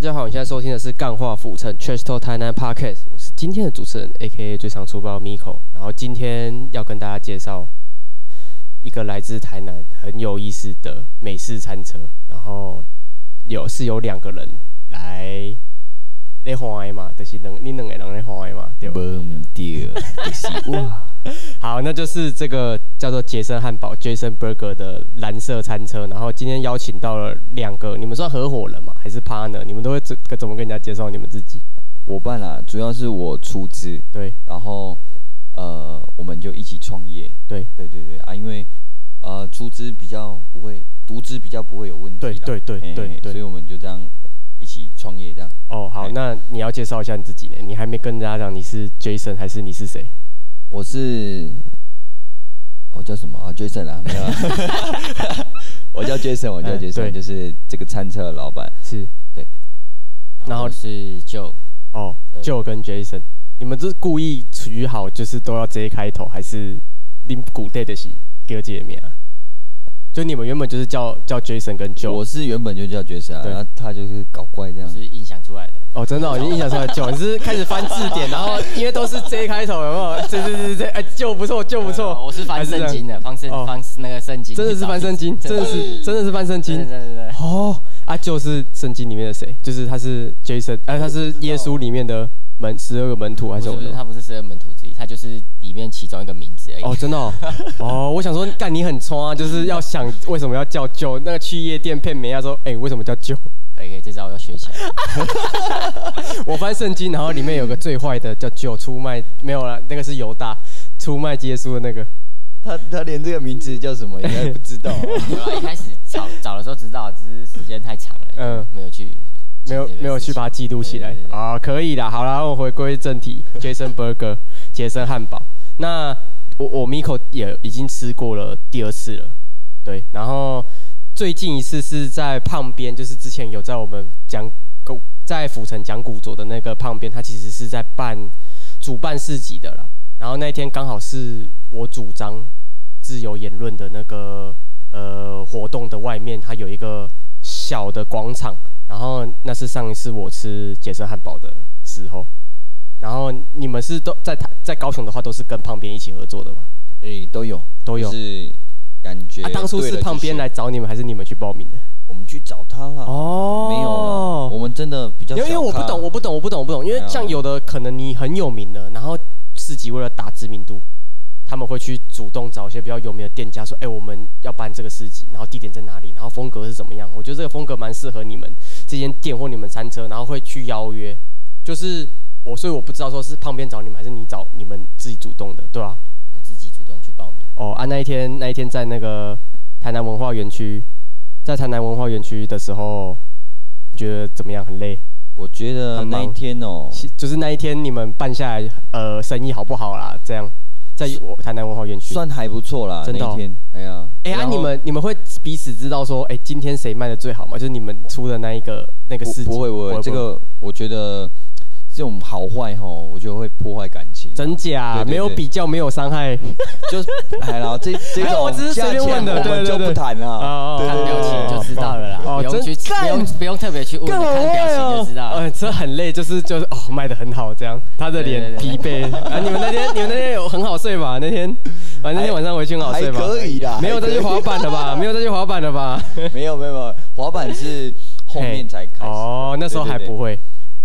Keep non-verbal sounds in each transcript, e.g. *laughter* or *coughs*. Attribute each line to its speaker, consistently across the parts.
Speaker 1: 家好，你现在收听的是《干话府城 Trash Talk 台南 Podcast》，我是今天的主持人，A.K.A 最常出包 Miko。然后今天要跟大家介绍一个来自台南很有意思的美式餐车，然后有是有两个人来来欢嘛，就是能你两个人来欢嘛，对吧？
Speaker 2: 无毋对，就是哇，
Speaker 1: 好，那就是这个叫做杰森汉堡 （Jason Burger） 的蓝色餐车。然后今天邀请到了两个，你们算合伙人吗？还是 partner？你们都会怎怎么跟人家介绍你们自己？
Speaker 2: 伙伴啦、主要是我出资，
Speaker 1: 对
Speaker 2: 然后呃，我们就一起创业。
Speaker 1: 对
Speaker 2: 对对对啊，因为呃，出资比较不会，独资比较不会有问题啦。
Speaker 1: 对对对
Speaker 2: 嘿嘿
Speaker 1: 对对
Speaker 2: 所以我们就这样一起创业这样。
Speaker 1: 哦，好，那你要介绍一下你自己呢？你还没跟大家讲你是 Jason 还是你是谁？
Speaker 2: 我是我叫什么啊？Jason 啊，没有
Speaker 1: *laughs*
Speaker 2: 啊，我叫 Jason，我叫
Speaker 1: 嗯
Speaker 2: Jason，、
Speaker 1: 对
Speaker 2: 就是这个餐车的老板。
Speaker 1: 是
Speaker 2: 对，
Speaker 1: 然后
Speaker 3: 我是就
Speaker 1: 哦
Speaker 3: 对
Speaker 1: ，Joe 跟 Jason，你们这是故意取好，就是都要直接开头，还是林古代的是哥姐名啊？就你们原本就是叫叫 Jason 跟 Joe
Speaker 2: 我是原本就叫 Jason，、啊、
Speaker 1: 对
Speaker 2: 然后他就是搞怪这样。
Speaker 3: 是印象出来的，
Speaker 1: 哦，真的、哦，你印象出来 Joe，你是开始翻字典，然后因为都是 J 开头，有没有？这这这这，哎，Joe 不错，Joe 不
Speaker 3: 呃
Speaker 1: 错，
Speaker 3: 我是翻圣经的，翻圣
Speaker 1: 哦
Speaker 3: 翻那个圣经，
Speaker 1: 真的是翻圣经，真的是真的是翻圣
Speaker 3: 真的
Speaker 1: 经，
Speaker 3: 真的真的
Speaker 1: 哦，啊，就是圣经里面的谁？就是他是 Jason，哎、他是耶稣里面的门十二个门徒还
Speaker 3: 不
Speaker 1: 是
Speaker 3: 是
Speaker 1: 什
Speaker 3: 不
Speaker 1: 么
Speaker 3: 是，
Speaker 1: 的？
Speaker 3: 他不是十二门徒之一，他就是里面其中一个名字而已。
Speaker 1: 哦，真的哦，哦，我想说，干你很冲啊，就是要想为什么要叫舅？那个去夜店骗人家说，哎、你为什么叫舅？ *laughs*
Speaker 3: 可以可以，这招要学起来。
Speaker 1: 我翻圣经，然后里面有个最坏的叫舅出卖，没有了，那个是犹大出卖耶稣的那个。
Speaker 2: 他他连这个名字叫什么应该不知道、 *laughs*
Speaker 3: 有啊一开始找找的时候知道，只是时间太长了，
Speaker 1: 嗯
Speaker 3: 嗯，没有去，
Speaker 1: 没有没有去把它记录起来
Speaker 3: 对对对对
Speaker 1: 啊、可以啦。好啦，我回归正
Speaker 3: *laughs*
Speaker 1: 题，Jason Burger，杰森汉堡。那我我 Miko 也已经吃过了第二次了，对。然后最近一次是在胖边，就是之前有在我们讲古在府城讲古佐的那个胖边，他其实是在办主办市集的啦。然后那天刚好是我主张自由言论的那个呃活动的外面，它有一个小的广场，然后那是上一次我吃杰森汉堡的时候。然后你们是都在台在高雄的话，都是跟胖边一起合作的吗？
Speaker 2: 诶、哎都有，
Speaker 1: 都有
Speaker 2: 就是感觉、
Speaker 1: 啊，当初是胖边，来找你们，还是你们去报名的？
Speaker 2: 我们去找他啦。
Speaker 1: 哦
Speaker 2: 没有啊啦，我们真的比较
Speaker 1: 因为
Speaker 2: 小咖，
Speaker 1: 因为我不懂，我不懂，我不懂，我不懂。因为
Speaker 2: 哎呀
Speaker 1: 像有的可能你很有名了，然后市集为了打知名度，他们会去主动找一些比较有名的店家说：“哎、我们要办这个市集，然后地点在哪里，然后风格是怎么样？”我觉得这个风格蛮适合你们这间店或你们餐车，然后会去邀约。就是我，所以我不知道说是旁边找你们，还是你找你们自己主动的，对吧、
Speaker 3: 我们自己主动去报名。
Speaker 1: 哦啊，那一天那一天在那个台南文化园区，在台南文化园区的时候，你觉得怎么样？很累。
Speaker 2: 我觉得
Speaker 1: 很忙
Speaker 2: 那一天哦、 *laughs*
Speaker 1: 其就是那一天你们办下来，呃，生意好不好啦？这样，在我台南文化园区。
Speaker 2: 算还不错啦，
Speaker 1: 真的哦
Speaker 2: 那一天，哎呀，
Speaker 1: 哎、啊，
Speaker 2: 然后
Speaker 1: 你们你们会彼此知道说，哎、今天谁卖的最好吗？就是你们出的那一个那个
Speaker 2: 不
Speaker 1: 事情。
Speaker 2: 不会不会，这个我觉得这种好坏哈，我觉得会破坏感情，
Speaker 1: 真假啊
Speaker 2: 对对对
Speaker 1: 没有比较，没有伤害。
Speaker 2: 就是哎呀，这这
Speaker 1: 没有
Speaker 2: 种
Speaker 1: 我只是随便
Speaker 2: 价钱
Speaker 1: 问的
Speaker 2: 我
Speaker 1: 对
Speaker 2: 们
Speaker 1: 对
Speaker 2: 就
Speaker 1: 对
Speaker 2: 不谈
Speaker 1: 哦哦
Speaker 2: 了，啊对
Speaker 1: 哦
Speaker 3: 看
Speaker 2: 对
Speaker 3: 表
Speaker 2: 对
Speaker 3: 情就知道了啦，
Speaker 1: 哦
Speaker 3: 不用去
Speaker 1: 真
Speaker 3: 不用不用特别去问，
Speaker 1: 更好
Speaker 3: 看表
Speaker 2: 啊
Speaker 3: 情就知道了。
Speaker 1: 呃，这很累，就是就是哦，卖的很好，这样他的脸
Speaker 3: 对
Speaker 1: 疲
Speaker 3: 对
Speaker 1: 惫。啊，你们那天你们那天有很好睡吧？那天，啊，那天晚上回去很好睡吧？
Speaker 2: 还可以啦
Speaker 1: 没有再去
Speaker 2: 还可以
Speaker 1: 滑板了吧？没有再去滑板了吧？
Speaker 2: 对没有没有没有，滑板是后面才开始，
Speaker 1: 哦，那时候
Speaker 2: 对
Speaker 1: 还
Speaker 2: 对对
Speaker 1: 不会。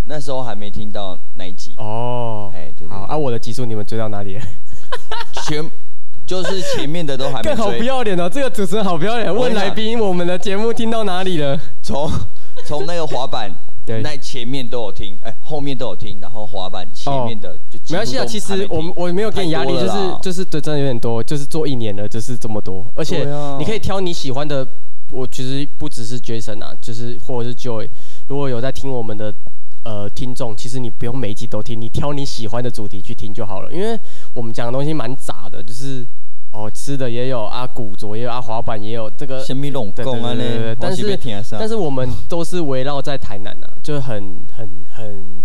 Speaker 2: 那时候还没听到那一集，
Speaker 1: 哦，
Speaker 2: 哎对对
Speaker 1: 好
Speaker 2: 对
Speaker 1: 啊，我的集数你们追到哪里了？
Speaker 2: 全就是前面的都还没
Speaker 1: 更好不
Speaker 2: 追，
Speaker 1: 要脸哦，这个主持人好不要脸，
Speaker 2: 我跟
Speaker 1: 问
Speaker 2: 你讲
Speaker 1: 来宾我们的节目听到哪里了？。
Speaker 2: 从从那个滑板
Speaker 1: *laughs* 对
Speaker 2: 那前面都有听，哎、后面都有听，然后滑板前面的、就几
Speaker 1: 哦没
Speaker 2: 乎
Speaker 1: 关系啊，
Speaker 2: 都
Speaker 1: 其
Speaker 2: 还
Speaker 1: 实
Speaker 2: 听
Speaker 1: 我们我没有给你压力，
Speaker 2: 太
Speaker 1: 就
Speaker 2: 多
Speaker 1: 是
Speaker 2: 了啦
Speaker 1: 就是对，真的有点多，就是做一年了，就是这么多，而且
Speaker 2: 对啊
Speaker 1: 你可以挑你喜欢的。我其实不只是 Jason 啊，就是或者是 Joy，如果有在听我们的呃听众，其实你不用每一集都听，你挑你喜欢的主题去听就好了，因为我们讲的东西蛮杂的，就是哦吃的也有啊，古着也有啊，滑板也有这个
Speaker 2: 什么拢
Speaker 1: 对对
Speaker 2: 讲啊
Speaker 1: 对对对
Speaker 2: 呢？
Speaker 1: 但是但
Speaker 2: 是
Speaker 1: 是我们都是围绕在台南啊，就很很很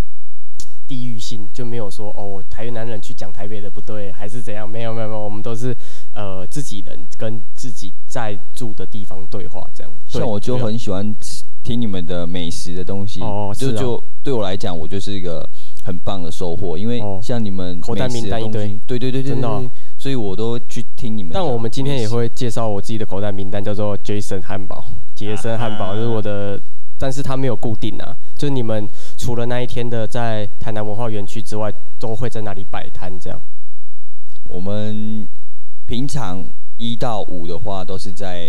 Speaker 1: 地域性，就没有说哦，台南人去讲台北的不对，还是怎样？没有没有没有，我们都是呃自己人跟自己在住的地方对话这样。对 *laughs*
Speaker 2: 像我就
Speaker 1: 对啊
Speaker 2: 很喜欢吃听你们的美食的东西，
Speaker 1: 哦
Speaker 2: 就是
Speaker 1: 啊
Speaker 2: 就对我来讲，我就是一个很棒的收获，因为
Speaker 1: 哦
Speaker 2: 像你们
Speaker 1: 口袋
Speaker 2: 美食
Speaker 1: 名
Speaker 2: 的
Speaker 1: 单一
Speaker 2: 东西
Speaker 1: 堆
Speaker 2: 对对对对
Speaker 1: 真
Speaker 2: 对
Speaker 1: 的哦
Speaker 2: 对，所以我都去听你们的美食。
Speaker 1: 但我们今天也会介绍我自己的口袋名单，叫做 Jason 汉堡，杰森汉堡，这是我的，但是它没有固定啊，就是你们除了那一天的在台南文化园区之外，都会在那里摆摊这样。
Speaker 2: 我们平常一到五的话，都是在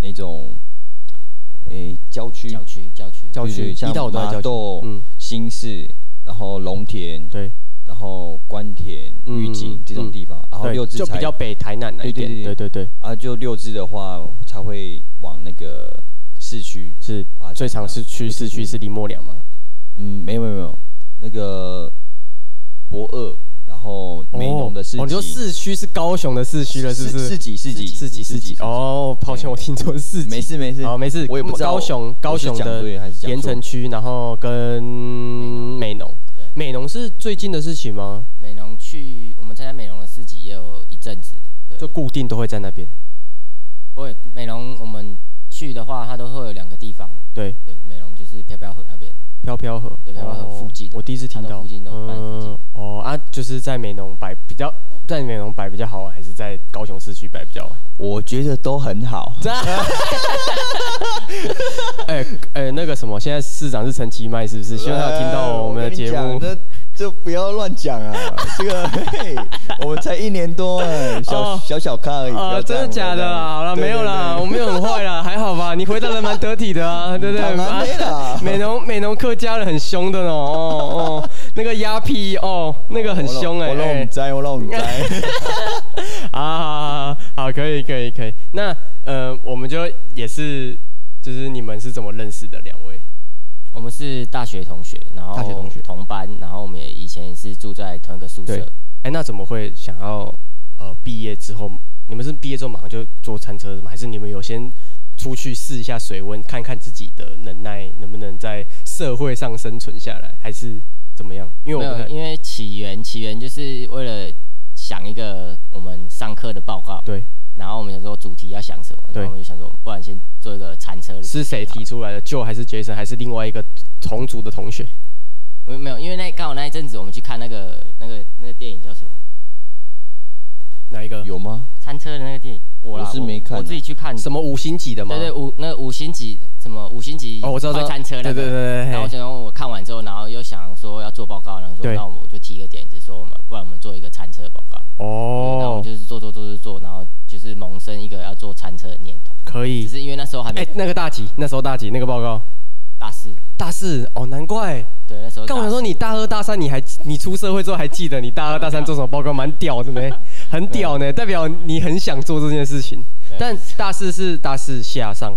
Speaker 2: 那种诶郊区，
Speaker 3: 郊区郊区
Speaker 1: 郊
Speaker 2: 对对
Speaker 1: 区
Speaker 2: 像
Speaker 1: 一到五都在
Speaker 2: 麻
Speaker 1: 郊区
Speaker 2: 豆、
Speaker 1: 嗯
Speaker 2: 新市，然后龙田，
Speaker 1: 对，
Speaker 2: 然后关田、
Speaker 1: 嗯
Speaker 2: 玉井这种地方，然后
Speaker 1: 对
Speaker 2: 哦六支
Speaker 1: 就
Speaker 2: 才
Speaker 1: 比较北台南那一点，
Speaker 2: 对对
Speaker 1: 对对对，
Speaker 2: 啊，就六支的话才会往那个市区，
Speaker 1: 是
Speaker 2: 发展
Speaker 1: 最常是去市区是林默良嘛，
Speaker 2: 嗯，没有没有没有，那个博二，然后美浓的市集，
Speaker 1: 哦，你说市区是高雄的市区了，是不是？
Speaker 2: 市集市集
Speaker 1: 市集市集，哦，抱歉，我听错市集，
Speaker 2: 没事没事，
Speaker 1: 哦，没事，
Speaker 2: 我也不知道
Speaker 1: 高雄高雄
Speaker 2: 我是讲
Speaker 1: 的
Speaker 2: 对还是讲错
Speaker 1: 盐城区，然后跟美浓
Speaker 3: 对，
Speaker 1: 美浓是最近的事情吗？
Speaker 3: 美容去，我们参加美容的市集也有一阵子，对，
Speaker 1: 就固定都会在那边，
Speaker 3: 不会美容我们去的话，它都会有两个地方，
Speaker 1: 对，
Speaker 3: 对，美容就是飘飘河那边，
Speaker 1: 飘飘河，
Speaker 3: 对飘飘河
Speaker 1: 哦
Speaker 3: 附近的
Speaker 1: 我第一次听
Speaker 3: 它
Speaker 1: 到，
Speaker 3: 都附近都摆附近
Speaker 1: 嗯，哦啊，就是在美浓摆比较，在美浓摆比较好玩，还是在高雄市区摆比较好玩？
Speaker 2: 我觉得都很好。
Speaker 1: 哎哎，那个什么，现在市长是陈其迈，是不是？希望他有听到我们的节目。 *laughs*
Speaker 2: 这这不要乱讲啊！这个嘿我们才一年多哎，小
Speaker 1: 哦
Speaker 2: 小小咖而已。不
Speaker 1: 啊，
Speaker 2: 要这
Speaker 1: 真
Speaker 2: 样
Speaker 1: 的假的啦？好啦，没有啦，我没有很坏啦，还好吧？你回答的蛮得体的啊，对不对？
Speaker 2: 当然没啦
Speaker 1: *laughs* 美农美农客家人很凶的哦，哦哦，那个鸭屁哦，那个很凶哎、
Speaker 2: 我让我
Speaker 1: 欸
Speaker 2: 们摘，我让我们摘。
Speaker 1: *laughs* 啊，好好好，可以可以可以。那呃，我们就也是，就是你们是怎么认识的两位？
Speaker 3: 我们是大学同学，然后
Speaker 1: 大学同学
Speaker 3: 同班，然后我们也以前是住在同一个宿
Speaker 1: 对
Speaker 3: 舍，
Speaker 1: 哎、那怎么会想要呃毕业之后？你们是毕业之后马上就坐餐车的吗？还是你们有先出去试一下水温，看看自己的能耐能不能在社会上生存下来，还是怎么样？因为
Speaker 3: 没
Speaker 1: 我
Speaker 3: 有，
Speaker 1: 们
Speaker 3: 因为起源起源就是为了想一个我们上课的报告，
Speaker 1: 对
Speaker 3: 然后我们想说主题要想什么，
Speaker 1: 对
Speaker 3: 然后我们就想说，不然先做一个餐车的，
Speaker 1: 是谁提出来的？就还是 Jason 还是另外一个同组的同学？
Speaker 3: 没有没有，因为那刚好那一阵子我们去看那个那个那个电影叫什么
Speaker 1: 哪一个？
Speaker 2: 有吗？
Speaker 3: 餐车的那个电影，我啦
Speaker 2: 我是没看啊
Speaker 3: 我自己去看，
Speaker 1: 什么五星级的吗？
Speaker 3: 对对五那个五星级什么五星级
Speaker 1: 哦我知道
Speaker 3: 快餐车那个
Speaker 1: 对对对对
Speaker 3: 然后我
Speaker 1: 嘿
Speaker 3: 想说我看完之后，然后又想说要做报告，然后说
Speaker 1: 对
Speaker 3: 那我们我就提一个点子，说我们不然我们做一个餐车的报告。对然后我
Speaker 1: 哦
Speaker 3: 们，就是做做做做做，然后就是萌生一个要做餐车的念头。
Speaker 1: 可
Speaker 3: 只
Speaker 1: 以。
Speaker 3: 是因为那时候还
Speaker 1: 哎、
Speaker 3: 没
Speaker 1: 那个大几？那时候大几？那个报告？
Speaker 3: 大四，
Speaker 1: 大四哦，难怪。
Speaker 3: 对，那时候
Speaker 1: 干我想
Speaker 3: 大四
Speaker 1: 说你大二大三你还你出社会之后还记得你大二大
Speaker 3: 啊
Speaker 1: 三做什么报告，蛮屌的
Speaker 3: *laughs*
Speaker 1: 呢，很屌呢，代表你很想做这件事情。但大四是大四下上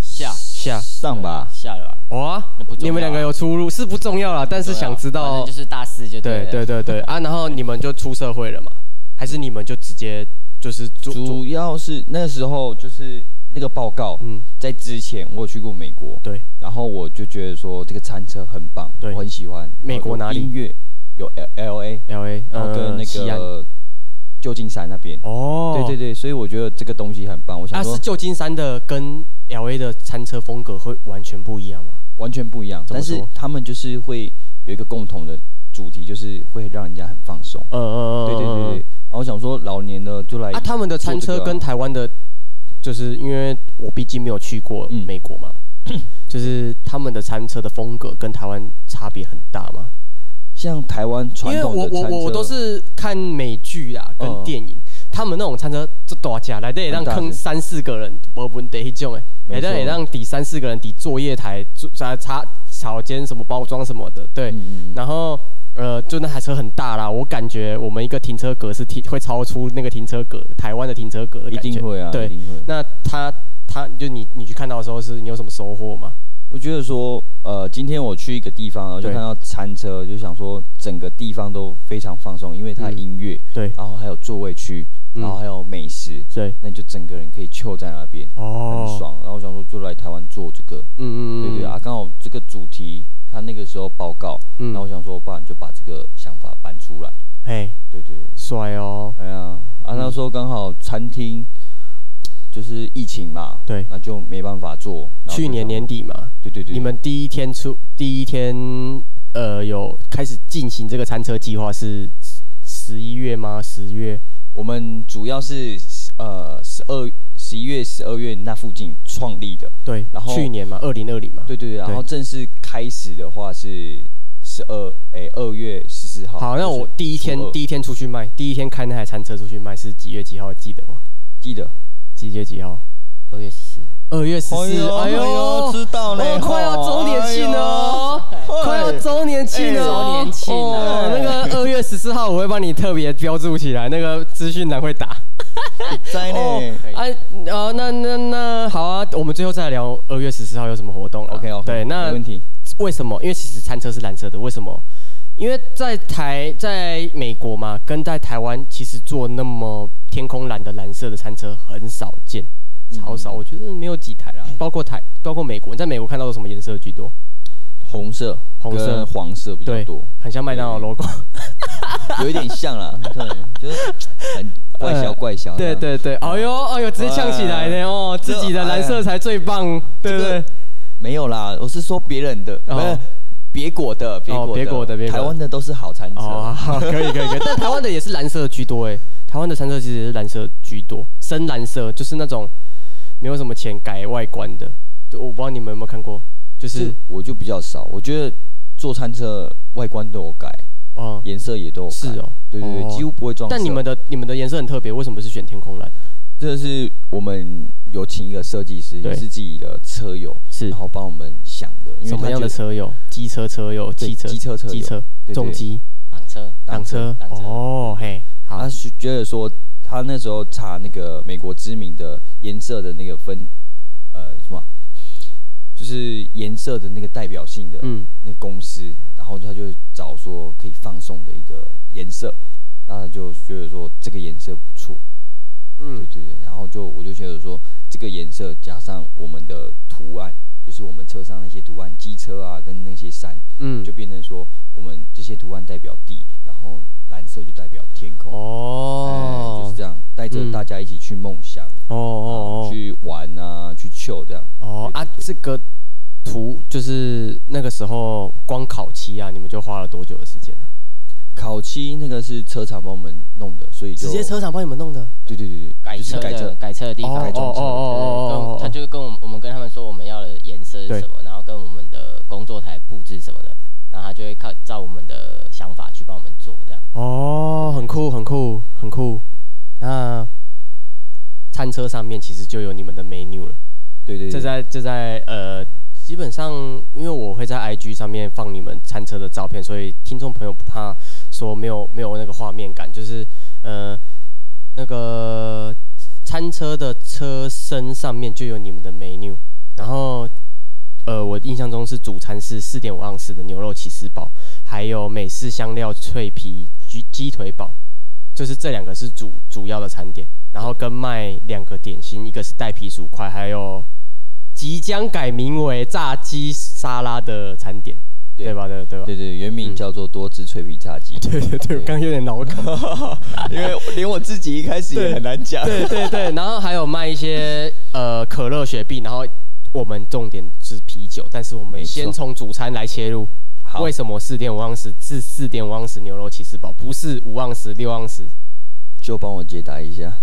Speaker 3: 下
Speaker 1: 下
Speaker 2: 上吧。
Speaker 3: 下了吧，
Speaker 1: 哇
Speaker 3: 那不重要啊，
Speaker 1: 你们两个有出入是不重要啦，但是
Speaker 3: 对啊
Speaker 1: 想知
Speaker 3: 反
Speaker 1: 道
Speaker 3: 正就，是大四就
Speaker 1: 对
Speaker 3: 了
Speaker 1: 对对对啊，然后你们就出社会了嘛，还是你们就直接就是做做
Speaker 2: 主要是那时候就是那个报告，嗯
Speaker 1: 嗯，
Speaker 2: 在之前我有去过美国，
Speaker 1: 对
Speaker 2: 然后我就觉得说这个餐车很棒，
Speaker 1: 对
Speaker 2: 我很喜欢。
Speaker 1: 美国
Speaker 2: 有
Speaker 1: 哪里
Speaker 2: 音乐有 L L A，
Speaker 1: L A
Speaker 2: 然后跟那
Speaker 1: 西安
Speaker 2: 个呃旧金山那边。
Speaker 1: 哦，
Speaker 2: 对对对，所以我觉得这个东西很棒。我
Speaker 1: 啊
Speaker 2: 想
Speaker 1: 是
Speaker 2: 说
Speaker 1: 旧金山的跟 L A 的餐车风格会完全不一样吗？
Speaker 2: 完全不一样，
Speaker 1: 怎么
Speaker 2: 但是
Speaker 1: 说
Speaker 2: 他们就是会有一个共同的主题，就是会让人家很放松。
Speaker 1: 嗯嗯
Speaker 2: 对对对对。然后我想说老年呢就来
Speaker 1: 啊，他们的餐车跟台湾的，就是因为我毕竟没有去过
Speaker 2: 嗯
Speaker 1: 美国
Speaker 2: *clears throat*
Speaker 1: 嘛，就是他们的餐车的风格跟台湾差别很大嘛。
Speaker 2: 像台湾
Speaker 1: 因
Speaker 2: 传
Speaker 1: 为
Speaker 2: 统
Speaker 1: 我
Speaker 2: 的
Speaker 1: 我
Speaker 2: 餐车，
Speaker 1: 我我都是看美剧啦
Speaker 2: 嗯
Speaker 1: 跟电影，他们那种餐车这多假来得也让
Speaker 2: 很大
Speaker 1: 坑
Speaker 2: 只
Speaker 1: 三四个人，我不得一种哎，
Speaker 2: 没
Speaker 1: 来
Speaker 2: 错
Speaker 1: 得也让抵三四个人抵作业台、做啥茶草间什么包装什么的，对，
Speaker 2: 嗯嗯嗯
Speaker 1: 然后呃，就那台车很大啦，我感觉我们一个停车格是停会超出那个停车格，台湾的停车格的
Speaker 2: 一
Speaker 1: 感觉。
Speaker 2: 定会啊，一
Speaker 1: 对
Speaker 2: 定会。
Speaker 1: 那他他就你你去看到的时候，是你有什么收获吗？
Speaker 2: 我觉得说，呃，今天我去一个地方，然后就
Speaker 1: 对
Speaker 2: 看到餐车，就想说整个地方都非常放松，因为它
Speaker 1: 嗯
Speaker 2: 音乐，
Speaker 1: 对
Speaker 2: 然后还有座位区，
Speaker 1: 嗯
Speaker 2: 然后还有美食，
Speaker 1: 对，
Speaker 2: 那你就整个人可以秀在那边，
Speaker 1: 哦
Speaker 2: 啊很，爽。然后我想说，就来台湾做这个，
Speaker 1: 嗯嗯嗯，
Speaker 2: 对对啊，刚好这个主题，他那个时候报告，
Speaker 1: 嗯
Speaker 2: 然后我想说，不然就把这个想法搬出来，
Speaker 1: 哎，
Speaker 2: 对对对
Speaker 1: 帅哦，
Speaker 2: 哎呀，啊，那时候刚好餐厅。就是疫情嘛，
Speaker 1: 对
Speaker 2: 那就没办法做。然后
Speaker 1: 去年
Speaker 2: 就想
Speaker 1: 年底嘛，
Speaker 2: 对对对，
Speaker 1: 你们第一天出第一天，呃，有开始进行这个餐车计划是十一月吗？十月？
Speaker 2: 我们主要是呃十二十一月十二月那附近创立的，
Speaker 1: 对，
Speaker 2: 然后
Speaker 1: 去年嘛，二零二零嘛，
Speaker 2: 对对对，然后正式开始的话是十二哎二月十四号。
Speaker 1: 好，那我第一天第
Speaker 2: 一
Speaker 1: 一天出去卖，第一天开那台餐车出去卖是几月几号？记得吗？
Speaker 2: 记得，
Speaker 1: 几月几号？
Speaker 3: 二月十四，
Speaker 1: 二月十四。
Speaker 2: 哎呦，知道嘞，哎
Speaker 1: 哦，快要周年庆了哦， *laughs* 快要周年庆了哦，
Speaker 3: 哎周年庆啊
Speaker 1: 哦那个二月十四号我会帮你特别标注起来，那个资讯栏会打。
Speaker 2: 在
Speaker 1: 哦
Speaker 2: 呢，，
Speaker 1: 啊，哦，那那那好啊，我们最后再来聊二月十四号有什么活动了。
Speaker 2: OK，OK，
Speaker 1: 对，那
Speaker 2: 没问题。
Speaker 1: 为什么？因为其实餐车是蓝色的，为什么？因为在台在美国嘛，跟在台湾其实做那么天空蓝的蓝色的餐车很少见，超
Speaker 2: 嗯
Speaker 1: 少，我觉得没有几台啦。包括台，包括美国，你在美国看到的什么颜色居多？
Speaker 2: 红色、
Speaker 1: 红色
Speaker 2: 跟黄色比较
Speaker 1: 对 *laughs*
Speaker 2: 多，，
Speaker 1: 很像麦当劳
Speaker 2: *laughs*
Speaker 1: logo。
Speaker 2: 有一点像啦， *laughs* 对，就是很怪小怪小。
Speaker 1: 对，对对，哎呦哎呦，直接呛起来呢哦，
Speaker 2: 这
Speaker 1: 自己的蓝色才最棒，对不对？
Speaker 2: 没有啦，我是说别人的，
Speaker 1: 哦
Speaker 2: 不是别国的，别
Speaker 1: 别国
Speaker 2: 国
Speaker 1: 的别国的
Speaker 2: 台湾的都是好餐
Speaker 1: 哦，
Speaker 2: 车。 *laughs*
Speaker 1: 好，可以可以可以。但台湾的也是蓝色居多哎，台湾的餐车其实也是蓝色居多，深蓝色就是那种没有什么钱改外观的。就我不知道你们有没有看过，就是
Speaker 2: 是，我就比较少，我觉得做餐车外观都有改，
Speaker 1: 哦，
Speaker 2: 颜色也都有改。
Speaker 1: 是哦
Speaker 2: 对对
Speaker 1: 哦
Speaker 2: 对，几乎不会撞色。
Speaker 1: 但你们的你们的颜色很特别，为什么是选天空蓝？啊
Speaker 2: 这是我们有请一个设计师，
Speaker 1: 对
Speaker 2: 也是自己的车友，
Speaker 1: 是
Speaker 2: 然后帮我们想的，因为
Speaker 1: 什么
Speaker 2: 他
Speaker 1: 样的
Speaker 2: 觉得
Speaker 1: 车友？机车车友、
Speaker 2: 对
Speaker 1: 汽车、
Speaker 2: 机车车友
Speaker 1: 机车
Speaker 2: 对、对
Speaker 1: 重机、
Speaker 3: 挡车，
Speaker 1: 挡车。
Speaker 3: 挡车
Speaker 1: 哦，嘿，好
Speaker 2: 他，是觉得说，他那时候查那个美国知名的颜色的那个分，呃，什么啊，就是颜色的那个代表性的，
Speaker 1: 嗯，
Speaker 2: 那个公司，然后他就找说可以放松的一个颜色，然后他就觉得说这个颜色不错，对
Speaker 1: 嗯，
Speaker 2: 对对，然后就我就觉得说这个颜色加上我们的图案，就是我们车上那些图案，机车啊跟那些山，
Speaker 1: 嗯
Speaker 2: 就，变成说我们这些图案代表地，然后蓝色就代表天空，哎
Speaker 1: 哦，
Speaker 2: 就是这
Speaker 1: 样，
Speaker 2: 样，带着
Speaker 1: 嗯
Speaker 2: 大家一起去梦想，
Speaker 1: 哦哦哦，
Speaker 2: 去玩啊，去 chill 这样。
Speaker 1: 哦啊，这个图就是那个时候光烤漆啊，你们就花了多久的时间呢、啊
Speaker 2: 烤漆那个是车厂帮我们弄的，所以就
Speaker 1: 直接车厂帮你们弄的？
Speaker 2: 对对对对，
Speaker 3: 改
Speaker 2: 就是
Speaker 3: 车
Speaker 2: 改
Speaker 3: 的
Speaker 2: 车，
Speaker 3: 改车的地方，
Speaker 2: 改
Speaker 3: 对
Speaker 2: 装车
Speaker 1: 哦
Speaker 3: 跟他就跟我们我们跟他们说我们要的颜色
Speaker 1: 对
Speaker 3: 是什么，然后跟我们的工作台布置什么的，然后他就会靠照我们的想法去帮我们做这样。
Speaker 1: 哦，很酷，很酷，很酷。那餐车上面其实就有你们的 menu 了，
Speaker 2: 对对对，
Speaker 1: 这在这在呃，基本上因为我会在 IG 上面放你们餐车的照片，所以听众朋友不怕说没有没有那个画面感，就是呃那个餐车的车身上面就有你们的 menu，然后呃我印象中是主餐是四点五盎司的牛肉起司堡，还有美式香料脆皮鸡鸡腿堡，就是这两个是主主要的餐点，然后跟卖两个点心，一个是带皮薯块，还有即将改名为炸鸡沙拉的餐点，
Speaker 2: 对
Speaker 1: 对吧？对对吧？
Speaker 2: 对对，原名叫做多汁脆皮炸鸡。
Speaker 1: 嗯对对对，我刚刚有点脑梗。
Speaker 2: *laughs* 因为连我自己一开始也很难讲。
Speaker 1: 对对对，然后还有卖一些呃可乐、雪碧，然后我们重点是啤酒，但是我们
Speaker 2: 没错
Speaker 1: 先从主餐来切入。
Speaker 2: 好
Speaker 1: 为什么四点五盎司是四点五盎司牛肉起司堡，不是五盎司、六盎司？
Speaker 2: 就帮我解答一下。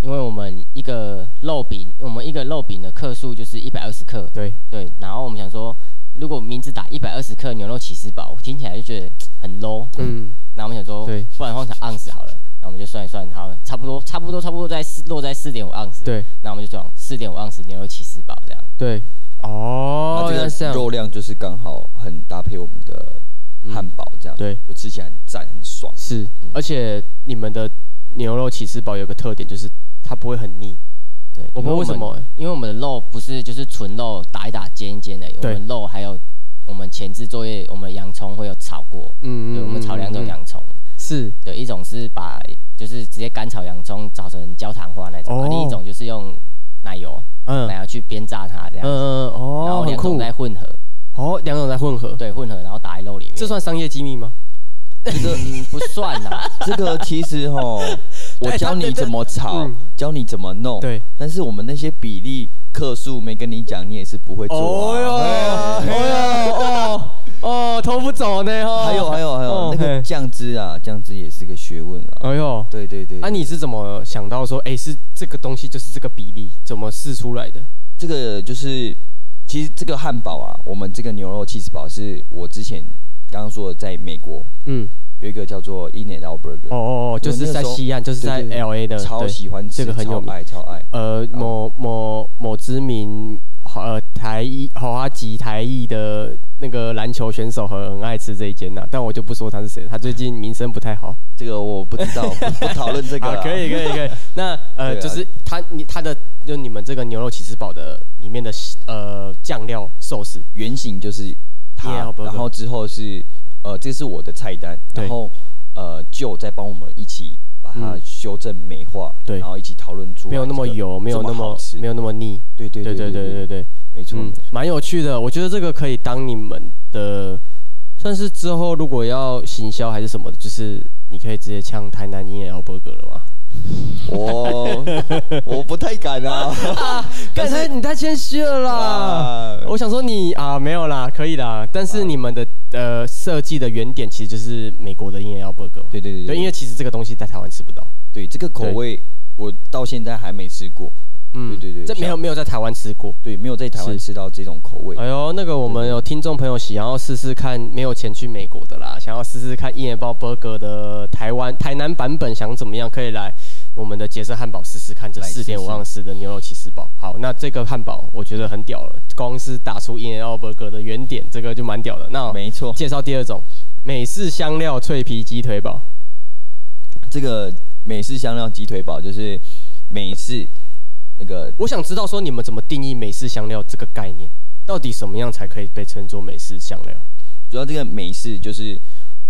Speaker 3: 因为我们一个肉饼，我们一个肉饼的克数就是一百二十克，
Speaker 1: 对，
Speaker 3: 对。然后我们想说，如果名字打一百二十克牛肉起司堡，我听起来就觉得很 low。
Speaker 1: 嗯，
Speaker 3: 然后我们想说，
Speaker 1: 对
Speaker 3: 不然换成盎司好了。然后我们就算一算，好，差不多，差不多，差不多在四落在四点五盎司。
Speaker 1: 对
Speaker 3: 那我们就讲四点五盎司牛肉起司堡这样。
Speaker 1: 对，哦，
Speaker 2: 那
Speaker 1: 原来是这
Speaker 2: 这个
Speaker 1: 样，
Speaker 2: 肉量就是刚好很搭配我们的汉堡，这样、
Speaker 1: 嗯对，
Speaker 2: 就吃起来很赞很爽。
Speaker 1: 是，嗯而且你们的牛肉起司堡有个特点就是它不会很腻，
Speaker 3: 对，
Speaker 1: 我不知道为什么
Speaker 3: 因
Speaker 1: 欸
Speaker 3: 因为我们的肉不是就是纯肉打一打煎一煎的，我
Speaker 1: 对
Speaker 3: 们肉还有我们前置作业，我们洋葱会有炒过，
Speaker 1: 嗯
Speaker 3: 对，我们炒两种，洋葱，
Speaker 1: 是
Speaker 3: 对，一种是把就是直接干炒洋葱炒成焦糖化那种，
Speaker 1: 哦
Speaker 3: 啊另一种就是用奶油，
Speaker 1: 嗯
Speaker 3: 奶油去煸炸它这
Speaker 1: 嗯
Speaker 3: 样，
Speaker 1: 嗯
Speaker 3: 然
Speaker 1: 哦
Speaker 3: 后，
Speaker 1: 很
Speaker 3: 两种
Speaker 1: 酷，
Speaker 3: 再混合，
Speaker 1: 哦，两种在混合，
Speaker 3: 对，混合然后打在肉里面，
Speaker 1: 这算商业机密吗？
Speaker 3: 嗯不算啦，
Speaker 1: *laughs*
Speaker 2: 这个其实哈，我教你怎么炒，教你怎么
Speaker 1: 嗯
Speaker 2: 弄。
Speaker 1: 对，
Speaker 2: 但是我们那些比例克数没跟你讲，你也是不会做、
Speaker 1: 哦哟，
Speaker 2: 啊。
Speaker 1: 哦哟，哦哦，偷不走呢哦。
Speaker 2: 还有还有还有
Speaker 1: 哦，
Speaker 2: 那个
Speaker 1: 嘿
Speaker 2: 酱汁啊，酱汁也是个学问啊。
Speaker 1: 哎呦，
Speaker 2: 对对对，
Speaker 1: 啊，你是怎么想到说，哎，是这个东西就是这个比例，怎么试出来的？
Speaker 2: 这个就是，其实这个汉堡啊，我们这个牛肉 cheese 堡是我之前刚刚说的，在美国
Speaker 1: 嗯，
Speaker 2: 有一个叫做 In and Out Burger，
Speaker 1: 哦哦哦，
Speaker 2: 对
Speaker 1: 就是在西岸，就是在
Speaker 2: 对对对
Speaker 1: L A 的，
Speaker 2: 超
Speaker 1: 对
Speaker 2: 喜欢吃，
Speaker 1: 这个很有
Speaker 2: 超
Speaker 1: 名。
Speaker 2: 爱超爱。
Speaker 1: 呃，某某某知名呃台裔豪华籍台裔的那个篮球选手很很爱吃这一间呐、但我就不说他是谁，他最近名声不太好。
Speaker 2: 这个我不知道，不不讨论这
Speaker 1: *laughs*
Speaker 2: 个
Speaker 1: 啊
Speaker 2: 啦。
Speaker 1: 可以可以可以。那呃，
Speaker 2: 对啊
Speaker 1: 就是他你他的就你们这个牛肉起司堡的里面的呃酱料寿司，
Speaker 2: 原型就是它
Speaker 1: Yeah，burger
Speaker 2: 然后之后是呃，这是我的菜单，
Speaker 1: 对
Speaker 2: 然后呃，就再帮我们一起把它
Speaker 1: 嗯
Speaker 2: 修正美化，
Speaker 1: 对
Speaker 2: 然后一起讨论出来
Speaker 1: 没有那么
Speaker 2: 这个
Speaker 1: 油，没有那
Speaker 2: 这
Speaker 1: 么
Speaker 2: 好吃，
Speaker 1: 没有那么腻。
Speaker 2: 对对
Speaker 1: 对
Speaker 2: 对
Speaker 1: 对对对
Speaker 2: 对，
Speaker 1: 对，
Speaker 2: 没错没
Speaker 1: 嗯
Speaker 2: 错，，
Speaker 1: 蛮有趣的。我觉得这个可以当你们的算是之后如果要行销还是什么的，就是你可以直接呛台南营业 L burger 了吧？
Speaker 2: 我我不太敢啊，
Speaker 1: 刚才你太谦虚了啦
Speaker 2: 啊！
Speaker 1: 我想说你啊，没有啦，可以啦。但是你们的呃设计的原点其实就是美国的 In and Out Burger 嘛。
Speaker 2: 对对对
Speaker 1: 对，因为其实这个东西在台湾吃不到。
Speaker 2: *laughs* 对这个口
Speaker 1: 对
Speaker 2: 味我到现在还没吃过，
Speaker 1: 嗯
Speaker 2: 对对
Speaker 1: 这
Speaker 2: 对
Speaker 1: 没有
Speaker 2: 像
Speaker 1: 没有在台湾吃过。
Speaker 2: 对，没有在台湾
Speaker 1: 是
Speaker 2: 吃到这种口味
Speaker 1: 哎，呦，那个我们有听众朋友想要试试看，没有钱去美国的啦，想要试试看 In and Out Burger 的台湾台南版本想怎么样，可以来。我们的杰森汉堡试试看这
Speaker 2: 来试
Speaker 1: 四
Speaker 2: 试
Speaker 1: 点五盎司的牛肉起司堡，好，那这个汉堡我觉得很屌了，光是打出 In and Out Burger 的原点，这个就蛮屌的。那
Speaker 2: 没错，
Speaker 1: 介绍第二种美式香料脆皮鸡腿堡。
Speaker 2: 这个美式香料鸡腿堡就是美式那个
Speaker 1: 我想知道说你们怎么定义美式香料这个概念，到底什么样才可以被称作美式香料？
Speaker 2: 主要这个美式就是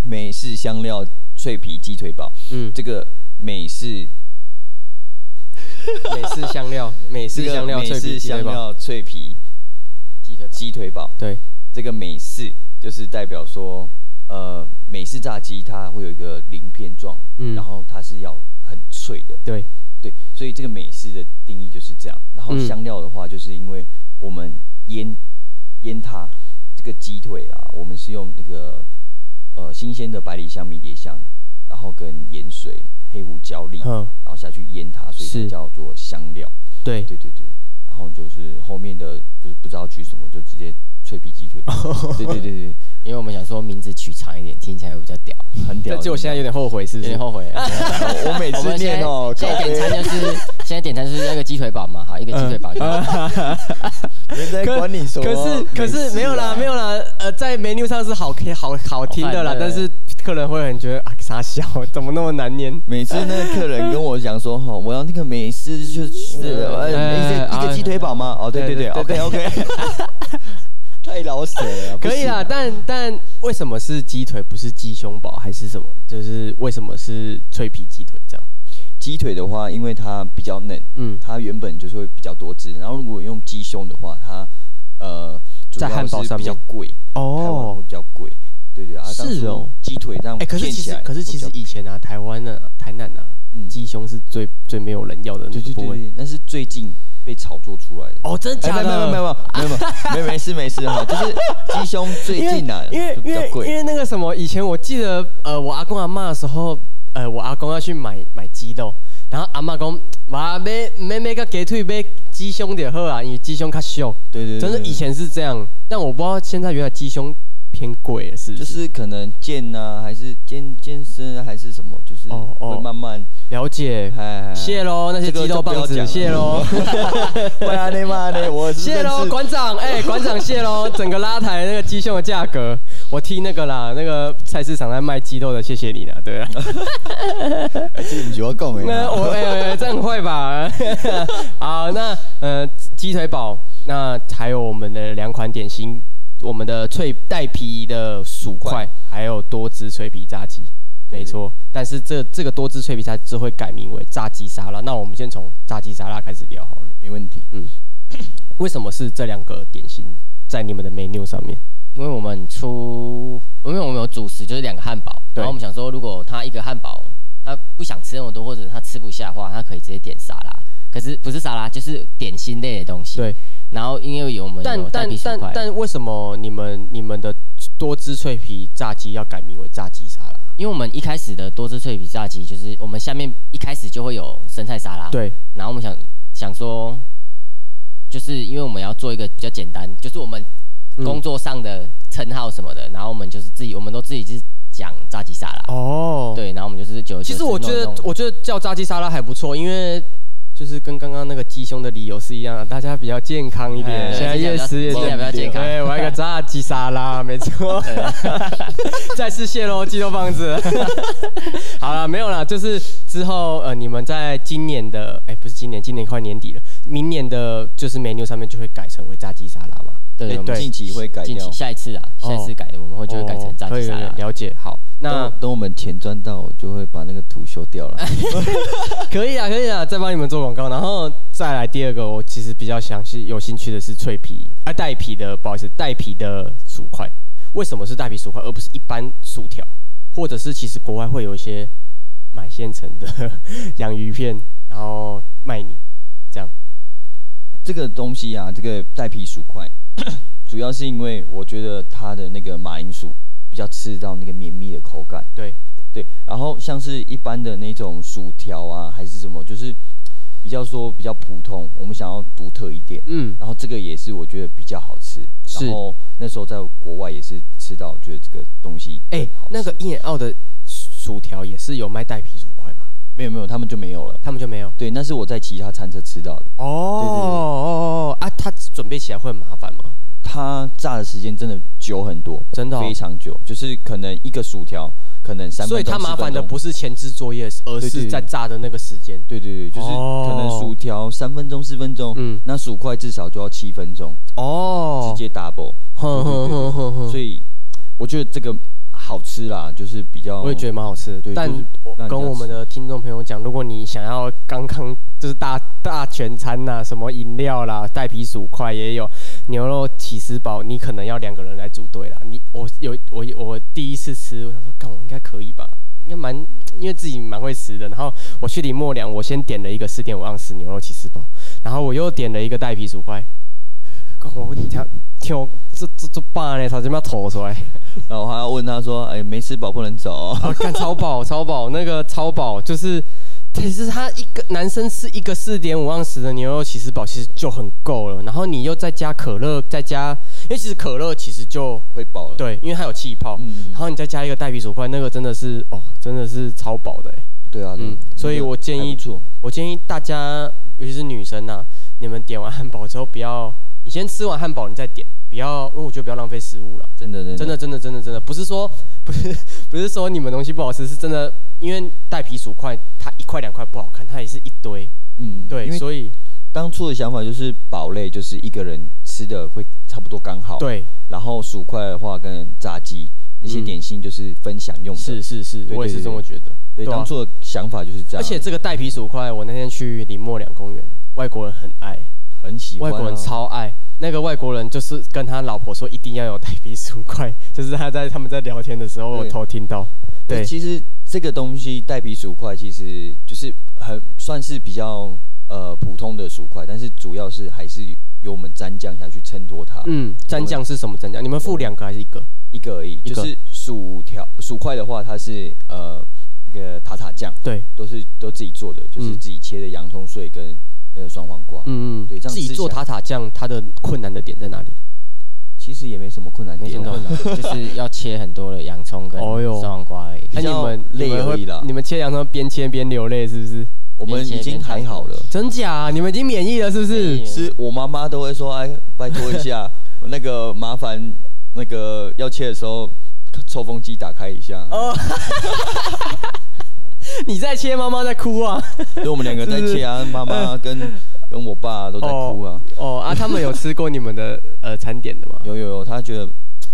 Speaker 2: 美式香料脆皮鸡腿堡，
Speaker 1: 嗯，
Speaker 2: 这个美式
Speaker 1: 美式香料，美
Speaker 2: 这
Speaker 1: 式
Speaker 2: 个
Speaker 1: 香料
Speaker 2: 美
Speaker 1: 脆皮
Speaker 2: 式
Speaker 1: 鸡腿
Speaker 2: 香
Speaker 1: 堡。
Speaker 2: 料脆皮
Speaker 3: 鸡腿堡。
Speaker 2: 鸡腿堡，
Speaker 1: 对，
Speaker 2: 这个美式就是代表说，呃，美式炸鸡它会有一个鳞片状，
Speaker 1: 嗯
Speaker 2: 然后它是要很脆的，
Speaker 1: 对，
Speaker 2: 对，所以这个美式的定义就是这样。然后
Speaker 1: 嗯
Speaker 2: 香料的话，就是因为我们腌腌它这个鸡腿啊，我们是用那个呃新鲜的百里香、迷迭香，然后跟盐水、黑胡椒粒，
Speaker 1: 嗯，
Speaker 2: 然后下去腌它，所以
Speaker 1: 是
Speaker 2: 它叫做香料。
Speaker 1: 对，
Speaker 2: 对对对，然后就是后面的就是不知道取什么，就直接脆皮鸡腿。
Speaker 1: *laughs*
Speaker 2: 对对对
Speaker 3: 因为我们想说名字取长一点，听起来会比较
Speaker 1: *laughs*
Speaker 3: 屌，
Speaker 2: 对，很屌。
Speaker 1: 但就我现在有点后悔，是
Speaker 3: 有
Speaker 1: 不是哎
Speaker 3: 点？后悔了。
Speaker 2: 我每
Speaker 3: 我
Speaker 2: 次
Speaker 3: 们现
Speaker 2: 念
Speaker 3: 在
Speaker 2: 哦，
Speaker 3: 现在点餐就是现在点餐就是那个鸡腿堡嘛，好，一个鸡腿堡
Speaker 1: 嗯
Speaker 3: 就好。
Speaker 2: 没在管你什么。
Speaker 1: 可是可是没有啦，没有啦，呃，在 menu 上是好好好听的啦，
Speaker 3: 好看的
Speaker 1: 但是客人会很觉得啊傻笑，怎么那么难念？
Speaker 2: 每次那个客人跟我讲说，哈，我要那个美式就是呃，
Speaker 1: 哎
Speaker 2: 一个一
Speaker 1: 啊
Speaker 2: 个鸡腿堡吗？哦，对对对
Speaker 1: 对对
Speaker 2: ，OK
Speaker 1: 对
Speaker 2: OK，太老舍了，不
Speaker 1: 可以
Speaker 2: 行
Speaker 1: 啦，但但为什么是鸡腿不是鸡胸堡还是什么？就是为什么是脆皮鸡腿这样？
Speaker 2: 鸡腿的话，因为它比较嫩，
Speaker 1: 嗯，
Speaker 2: 它原本就是会比较多汁，然后如果用鸡胸的话，它呃，主
Speaker 1: 在
Speaker 2: 要
Speaker 1: 汉堡
Speaker 2: 是
Speaker 1: 上
Speaker 2: 比
Speaker 1: 面
Speaker 2: 较贵，台湾会
Speaker 1: 哦
Speaker 2: 比，比较贵，对对啊，
Speaker 1: 是
Speaker 2: 当初
Speaker 1: 哦
Speaker 2: 鸡腿这样
Speaker 1: 哎、可是
Speaker 2: 片
Speaker 1: 其
Speaker 2: 起
Speaker 1: 实
Speaker 2: 来，
Speaker 1: 可是其实
Speaker 2: 会比
Speaker 1: 以前啊，台湾啊，台南啊
Speaker 2: 嗯，
Speaker 1: 鸡胸是最最没有人要的
Speaker 2: 较
Speaker 1: 那
Speaker 2: 对
Speaker 1: 个
Speaker 2: 对
Speaker 1: 部
Speaker 2: 对
Speaker 1: 位。
Speaker 2: 对，那是最近被炒作出来的。
Speaker 1: 哦，真的假
Speaker 2: 哎，没有没有
Speaker 1: 的？
Speaker 2: 没有没有没有没有没事没事哈，就是鸡胸最
Speaker 1: 因为
Speaker 2: 近啊，
Speaker 1: 因为
Speaker 2: 就比
Speaker 1: 因
Speaker 2: 较
Speaker 1: 为因
Speaker 2: 贵，
Speaker 1: 为那个什么，以前我记得，呃，我阿公阿妈的时候，呃，我阿公要去买买鸡肉，然后阿妈讲，哇，买买买个鸡腿买鸡胸就好啊，因为鸡胸较俗。
Speaker 2: 对对对，
Speaker 1: 真的
Speaker 2: 对
Speaker 1: 以前是这样，但我不知道现在原来鸡胸偏贵了，是不？
Speaker 2: 就是是可能健啊，还是健健身啊还是什么，就是
Speaker 1: 哦哦
Speaker 2: 会慢慢
Speaker 1: 了解，
Speaker 2: 哎，
Speaker 1: *laughs* 谢喽那些
Speaker 2: 这个
Speaker 1: 鸡肉
Speaker 2: 就不要
Speaker 1: 棒
Speaker 2: 讲
Speaker 1: 子，
Speaker 2: 了
Speaker 1: 谢 *laughs* 喽，
Speaker 2: 喂啊你妈的，我是
Speaker 1: 谢
Speaker 2: 认
Speaker 1: 喽，
Speaker 2: 识
Speaker 1: 馆长，哎、馆长谢喽，整个拉抬那个鸡胸的价格，我听那个啦，那个菜市场在卖鸡肉的，谢谢你啦，对啊。
Speaker 2: 这你就要讲
Speaker 1: 那
Speaker 2: 的，
Speaker 1: 我哎、哎哎这样很会吧？ *laughs* 好，那呃，鸡腿堡，那还有我们的两款点心，我们的脆带皮的薯
Speaker 2: 块
Speaker 1: 块，还有多汁脆皮炸鸡，
Speaker 2: 对
Speaker 1: 没错。但是这这个多汁脆皮炸鸡只会改名为炸鸡沙拉。那我们先从炸鸡沙拉开始聊好了。
Speaker 2: 没问题。
Speaker 1: 为什么是这两个点心在你们的 menu 上面？
Speaker 3: 因为我们出，因为我们有主食，就是两个汉堡，
Speaker 1: 对
Speaker 3: 然后我们想说，如果他一个汉堡，他不想吃那么多，或者他吃不下的话，他可以直接点沙拉。可是不是沙拉，就是点心类的东西。
Speaker 1: 对。
Speaker 3: 然后因为有我们
Speaker 1: 但
Speaker 3: 有带
Speaker 1: 但
Speaker 3: 皮薯
Speaker 1: 但
Speaker 3: 块，
Speaker 1: 但为什么你们你们的多汁脆皮炸鸡要改名为炸鸡沙拉？
Speaker 3: 因为我们一开始的多汁脆皮炸鸡，就是我们下面一开始就会有生菜沙拉。。
Speaker 1: 对，
Speaker 3: 然后我们想想说，就是因为我们要做一个比较简单，就是我们工作上的称号什么
Speaker 1: 嗯
Speaker 3: 的，然后我们就是自己，我们都自己就是讲炸鸡沙拉。
Speaker 1: 哦，
Speaker 3: 对，然后我们就是九。
Speaker 1: 其实我觉得，我觉得叫炸鸡沙拉还不错，因为就是跟刚刚那个鸡胸的理由是一样的，大家比较健康一点。
Speaker 2: 哎
Speaker 1: 现在
Speaker 3: 对
Speaker 1: 越吃越
Speaker 3: 尽量不要健康
Speaker 1: 对，哎我要一个炸鸡沙拉，没错。 *laughs* 再次谢喽，鸡肉棒子。 *laughs* 好了，没有啦，就是之后呃，你们在今年的，哎、不是今年，今年快年底了，明年的就是 menu 上面就会改成为炸鸡沙拉嘛。
Speaker 3: 对
Speaker 1: 哎
Speaker 3: 我们
Speaker 1: 对
Speaker 2: 近期会改
Speaker 3: 近
Speaker 2: 掉
Speaker 3: 期。下一次啊，下一次改我们会就会改成炸
Speaker 1: 可
Speaker 3: 鸡
Speaker 1: 以
Speaker 3: 沙
Speaker 1: 哦可以
Speaker 3: 拉。
Speaker 1: 了解。好，那
Speaker 2: 那等我们钱赚到，就会把那个图修掉了。
Speaker 1: 可以啊，可以啊，再帮你们做广告，然后再来第二个，我其实比较想是有兴趣的是脆皮啊，带皮的，不好意思，带皮的薯块，为什么是带皮薯块，而不是一般薯条，或者是其实国外会有一些买现成的洋芋片，然后卖你这样，
Speaker 2: 这个东西啊，这个带皮薯块，主要是因为我觉得它的那个马铃薯比较吃到那个绵密的口感。
Speaker 1: 对，
Speaker 2: 对，然后像是一般的那种薯条啊，还是什么，就是比较说比较普通，我们想要独特一点。
Speaker 1: 嗯，
Speaker 2: 然后这个也是我觉得比较好吃。
Speaker 1: 是
Speaker 2: 然后那时候在国外也是吃到，觉得这个东西
Speaker 1: 哎、
Speaker 2: 更好吃
Speaker 1: 那个印澳的薯条也是有卖带皮薯块吗？
Speaker 2: 没有没有，他们就没有了。
Speaker 1: 他们就没有。
Speaker 2: 对，那是我在其他餐车吃到的。
Speaker 1: 哦哦哦啊，它准备起来会很麻烦吗？
Speaker 2: 它炸的时间真的久很多，
Speaker 1: 真的哦
Speaker 2: 非常久，就是可能一个薯条可能三分钟，
Speaker 1: 所以它麻烦的
Speaker 2: 4分钟
Speaker 1: 不是前置作业，而
Speaker 2: 对对
Speaker 1: 是
Speaker 2: 对
Speaker 1: 在炸的那个时间。
Speaker 2: 对对对，就是可能
Speaker 1: 哦
Speaker 2: 薯条三分钟四分钟，
Speaker 1: 嗯
Speaker 2: 嗯，那薯块至少就要七分钟，
Speaker 1: 哦
Speaker 2: 直接 double，
Speaker 1: 哼哼哼哼哼
Speaker 2: 所以我觉得这个好吃啦，就是比较，
Speaker 1: 我也觉得蛮好吃的。
Speaker 2: 对
Speaker 1: 但
Speaker 2: 就是
Speaker 1: 我
Speaker 2: 让人家
Speaker 1: 跟我们的听众朋友讲，如果你想要刚刚就是大大全餐呐、什么饮料啦、带皮薯块也有，牛肉起司堡，你可能要两个人来组队啦。你我有我我第一次吃，我想说，干我应该可以吧。应该蛮，因为自己蛮会吃的。然后我去李默良，我先点了一个四点五盎司牛肉起司堡，然后我又点了一个带皮薯块。干我听听我这这这爸呢，差点要吐出来。
Speaker 2: 然后还要问他说，哎，没吃饱不能
Speaker 1: *laughs*
Speaker 2: 走哦，
Speaker 1: 啊，看超
Speaker 2: *laughs*
Speaker 1: 饱，超饱，那个超饱就是，其实他一个男生吃一个四点五盎司的牛肉起司堡，其实就很够了。然后你又再加可乐，再加，因为其实可乐其实就
Speaker 2: 会饱了，，
Speaker 1: 对，因为它有气泡，
Speaker 2: 嗯
Speaker 1: 然后你再加一个带皮薯块，那个真的是哦，真的是超饱的欸、
Speaker 2: 对啊，对啊
Speaker 1: 嗯所以我建议
Speaker 2: 还不错
Speaker 1: 我建议大家，尤其是女生呐、你们点完汉堡之后，不要你先吃完汉堡，你再点，不要，因为我觉得不要浪费食物了。
Speaker 2: 真的真
Speaker 1: 真的
Speaker 2: 的
Speaker 1: 真的真的真的不是说不是不是说你们东西不好吃，是真的，因为带皮薯块它一块两块不好看，它也是一堆。
Speaker 2: 嗯，
Speaker 1: 对
Speaker 2: 因，为
Speaker 1: 所以
Speaker 2: 当初的想法就是堡类就是一个人吃的会差不多刚好，，
Speaker 1: 对，嗯
Speaker 2: 然后薯块的话跟炸鸡那些点心就是分享用的，
Speaker 1: 是是是，
Speaker 2: 对
Speaker 1: 我也
Speaker 2: 对
Speaker 1: 是
Speaker 2: 对
Speaker 1: 这么觉得。
Speaker 2: 对，
Speaker 1: 啊
Speaker 2: 当初的想法就是这样，
Speaker 1: 而且这个带皮薯块，我那天去林默两公园，外国人很爱，
Speaker 2: 很喜欢
Speaker 1: 外
Speaker 2: 啊、
Speaker 1: 国人超爱。那个外国人就是跟他老婆说一定要有带皮薯块，就是他在他们在聊天的时候，我
Speaker 2: 对
Speaker 1: 偷听到。对
Speaker 2: 对，，其实这个东西带皮薯块其实就是很算是比较呃普通的薯块，但是主要是还是由我们蘸酱下去衬托它。
Speaker 1: 嗯，蘸酱是什么蘸酱？你们付两个还是一个？
Speaker 2: 一个而已，
Speaker 1: 一个
Speaker 2: 就是薯条薯块的话，它是呃那个塔塔酱，
Speaker 1: 对，
Speaker 2: 都是都自己做的，就是
Speaker 1: 嗯
Speaker 2: 自己切的洋葱碎跟那个双黄瓜。
Speaker 1: 嗯嗯，
Speaker 2: 对这样
Speaker 1: 自己
Speaker 2: 吃起
Speaker 1: 做
Speaker 2: 来
Speaker 1: 塔塔酱，它的困难的点在哪里？
Speaker 2: 其实也没什么困难
Speaker 3: 没
Speaker 2: 点
Speaker 3: 什
Speaker 2: 啊，
Speaker 3: 么困难， *laughs* 就是要切很多的洋葱跟
Speaker 1: 哦哟
Speaker 3: 酸黄瓜而已。
Speaker 1: 那
Speaker 2: 比
Speaker 1: 你
Speaker 2: 较
Speaker 1: 们你
Speaker 2: 累
Speaker 1: 们
Speaker 2: 而
Speaker 1: 会
Speaker 2: 已啦
Speaker 1: 你们切洋葱边切边流泪是不是？
Speaker 2: 我们已经还好了。
Speaker 1: 真假、你们已经免疫了是不是？
Speaker 2: 是我妈妈都会说，哎，拜托一
Speaker 1: *laughs*
Speaker 2: 下，那个麻烦那个要切的时候，抽风机打开一下。
Speaker 1: 哦，你在切，妈妈在哭啊。
Speaker 2: 所以我们两个在切啊，妈
Speaker 1: *laughs*
Speaker 2: 妈跟跟我爸 *laughs* 都在哭啊。
Speaker 1: 哦哦啊，他们有吃过你们的呃餐点的吗？
Speaker 2: *laughs* 有有有，他觉得嘖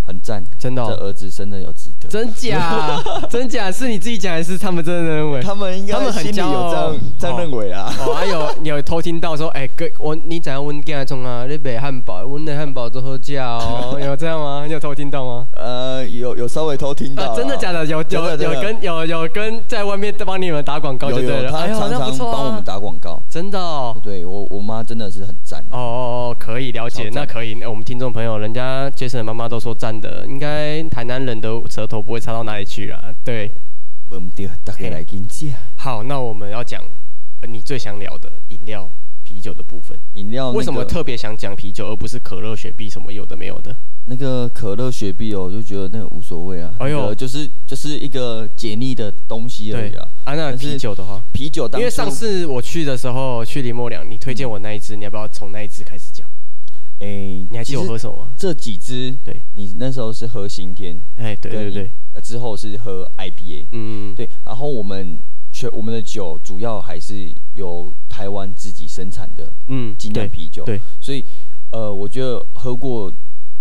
Speaker 2: 很赞，
Speaker 1: 真的哦
Speaker 2: 这儿子生的有值的。
Speaker 1: 真假？真假？是你自己讲还是他们真的认为？
Speaker 2: 他们应
Speaker 1: 他
Speaker 2: 该
Speaker 1: 们很
Speaker 2: 心里
Speaker 1: 骄
Speaker 2: 有
Speaker 1: 傲
Speaker 2: 这样这样
Speaker 1: 哦
Speaker 2: 认为啦。
Speaker 1: 哦，还有你有偷听到说，哎、哥，我你怎样问干冲啊？你买汉堡，温的汉堡都喝假
Speaker 2: *laughs*
Speaker 1: 哦，有这样吗？你有偷听到吗？
Speaker 2: 呃，有有稍微偷听到
Speaker 1: 哦啊，
Speaker 2: 啦，
Speaker 1: 真的假的？有
Speaker 2: 真
Speaker 1: 有
Speaker 2: 的真
Speaker 1: 有
Speaker 2: 的
Speaker 1: 跟有有跟在外面帮你们打广告就
Speaker 2: 有
Speaker 1: 对了，
Speaker 2: 有，他
Speaker 1: 哎呦
Speaker 2: 常
Speaker 1: 那不
Speaker 2: 常
Speaker 1: 错啊
Speaker 2: 帮我们打广告。
Speaker 1: 真的哦。
Speaker 2: 对我我妈真的是很赞。
Speaker 1: 哦哦哦，可以了解，那可以。那我们听众朋友，人家 Jason 的妈妈都说赞的，应该台南人的舌头不会差到哪里去啦。对，
Speaker 2: 不对，大家来跟吃啊
Speaker 1: 好，那我们要讲呃你最想聊的饮料、啤酒的部分。
Speaker 2: 饮哦料、那个
Speaker 1: 为什么特别想讲啤酒，而不是可乐、雪碧什么有的没有的？
Speaker 2: 那个可乐、雪碧哦，我就觉得那个无所谓啊。
Speaker 1: 哎呦
Speaker 2: 那个就是就是一个解腻的东西而
Speaker 1: 对
Speaker 2: 已啊。
Speaker 1: 啊，那
Speaker 2: 但是
Speaker 1: 啤酒的话，
Speaker 2: 啤酒当初，
Speaker 1: 因为上次我去的时候去林默良，你推荐我那一支，你要不要从那一支开始讲？
Speaker 2: 哎、
Speaker 1: 你还记得我喝
Speaker 2: 其实
Speaker 1: 什么吗？
Speaker 2: 这几支？
Speaker 1: 对，
Speaker 2: 你那时候是喝新天，
Speaker 1: 哎，对对
Speaker 2: 跟
Speaker 1: 对
Speaker 2: 你，呃之后是喝 IPA，、
Speaker 1: 嗯，
Speaker 2: 对，然后我们全我们的酒主要还是由台湾自己生产的
Speaker 1: 嗯，
Speaker 2: 精酿
Speaker 1: 对
Speaker 2: 啤酒，
Speaker 1: 对，
Speaker 2: 所以呃，我觉得喝过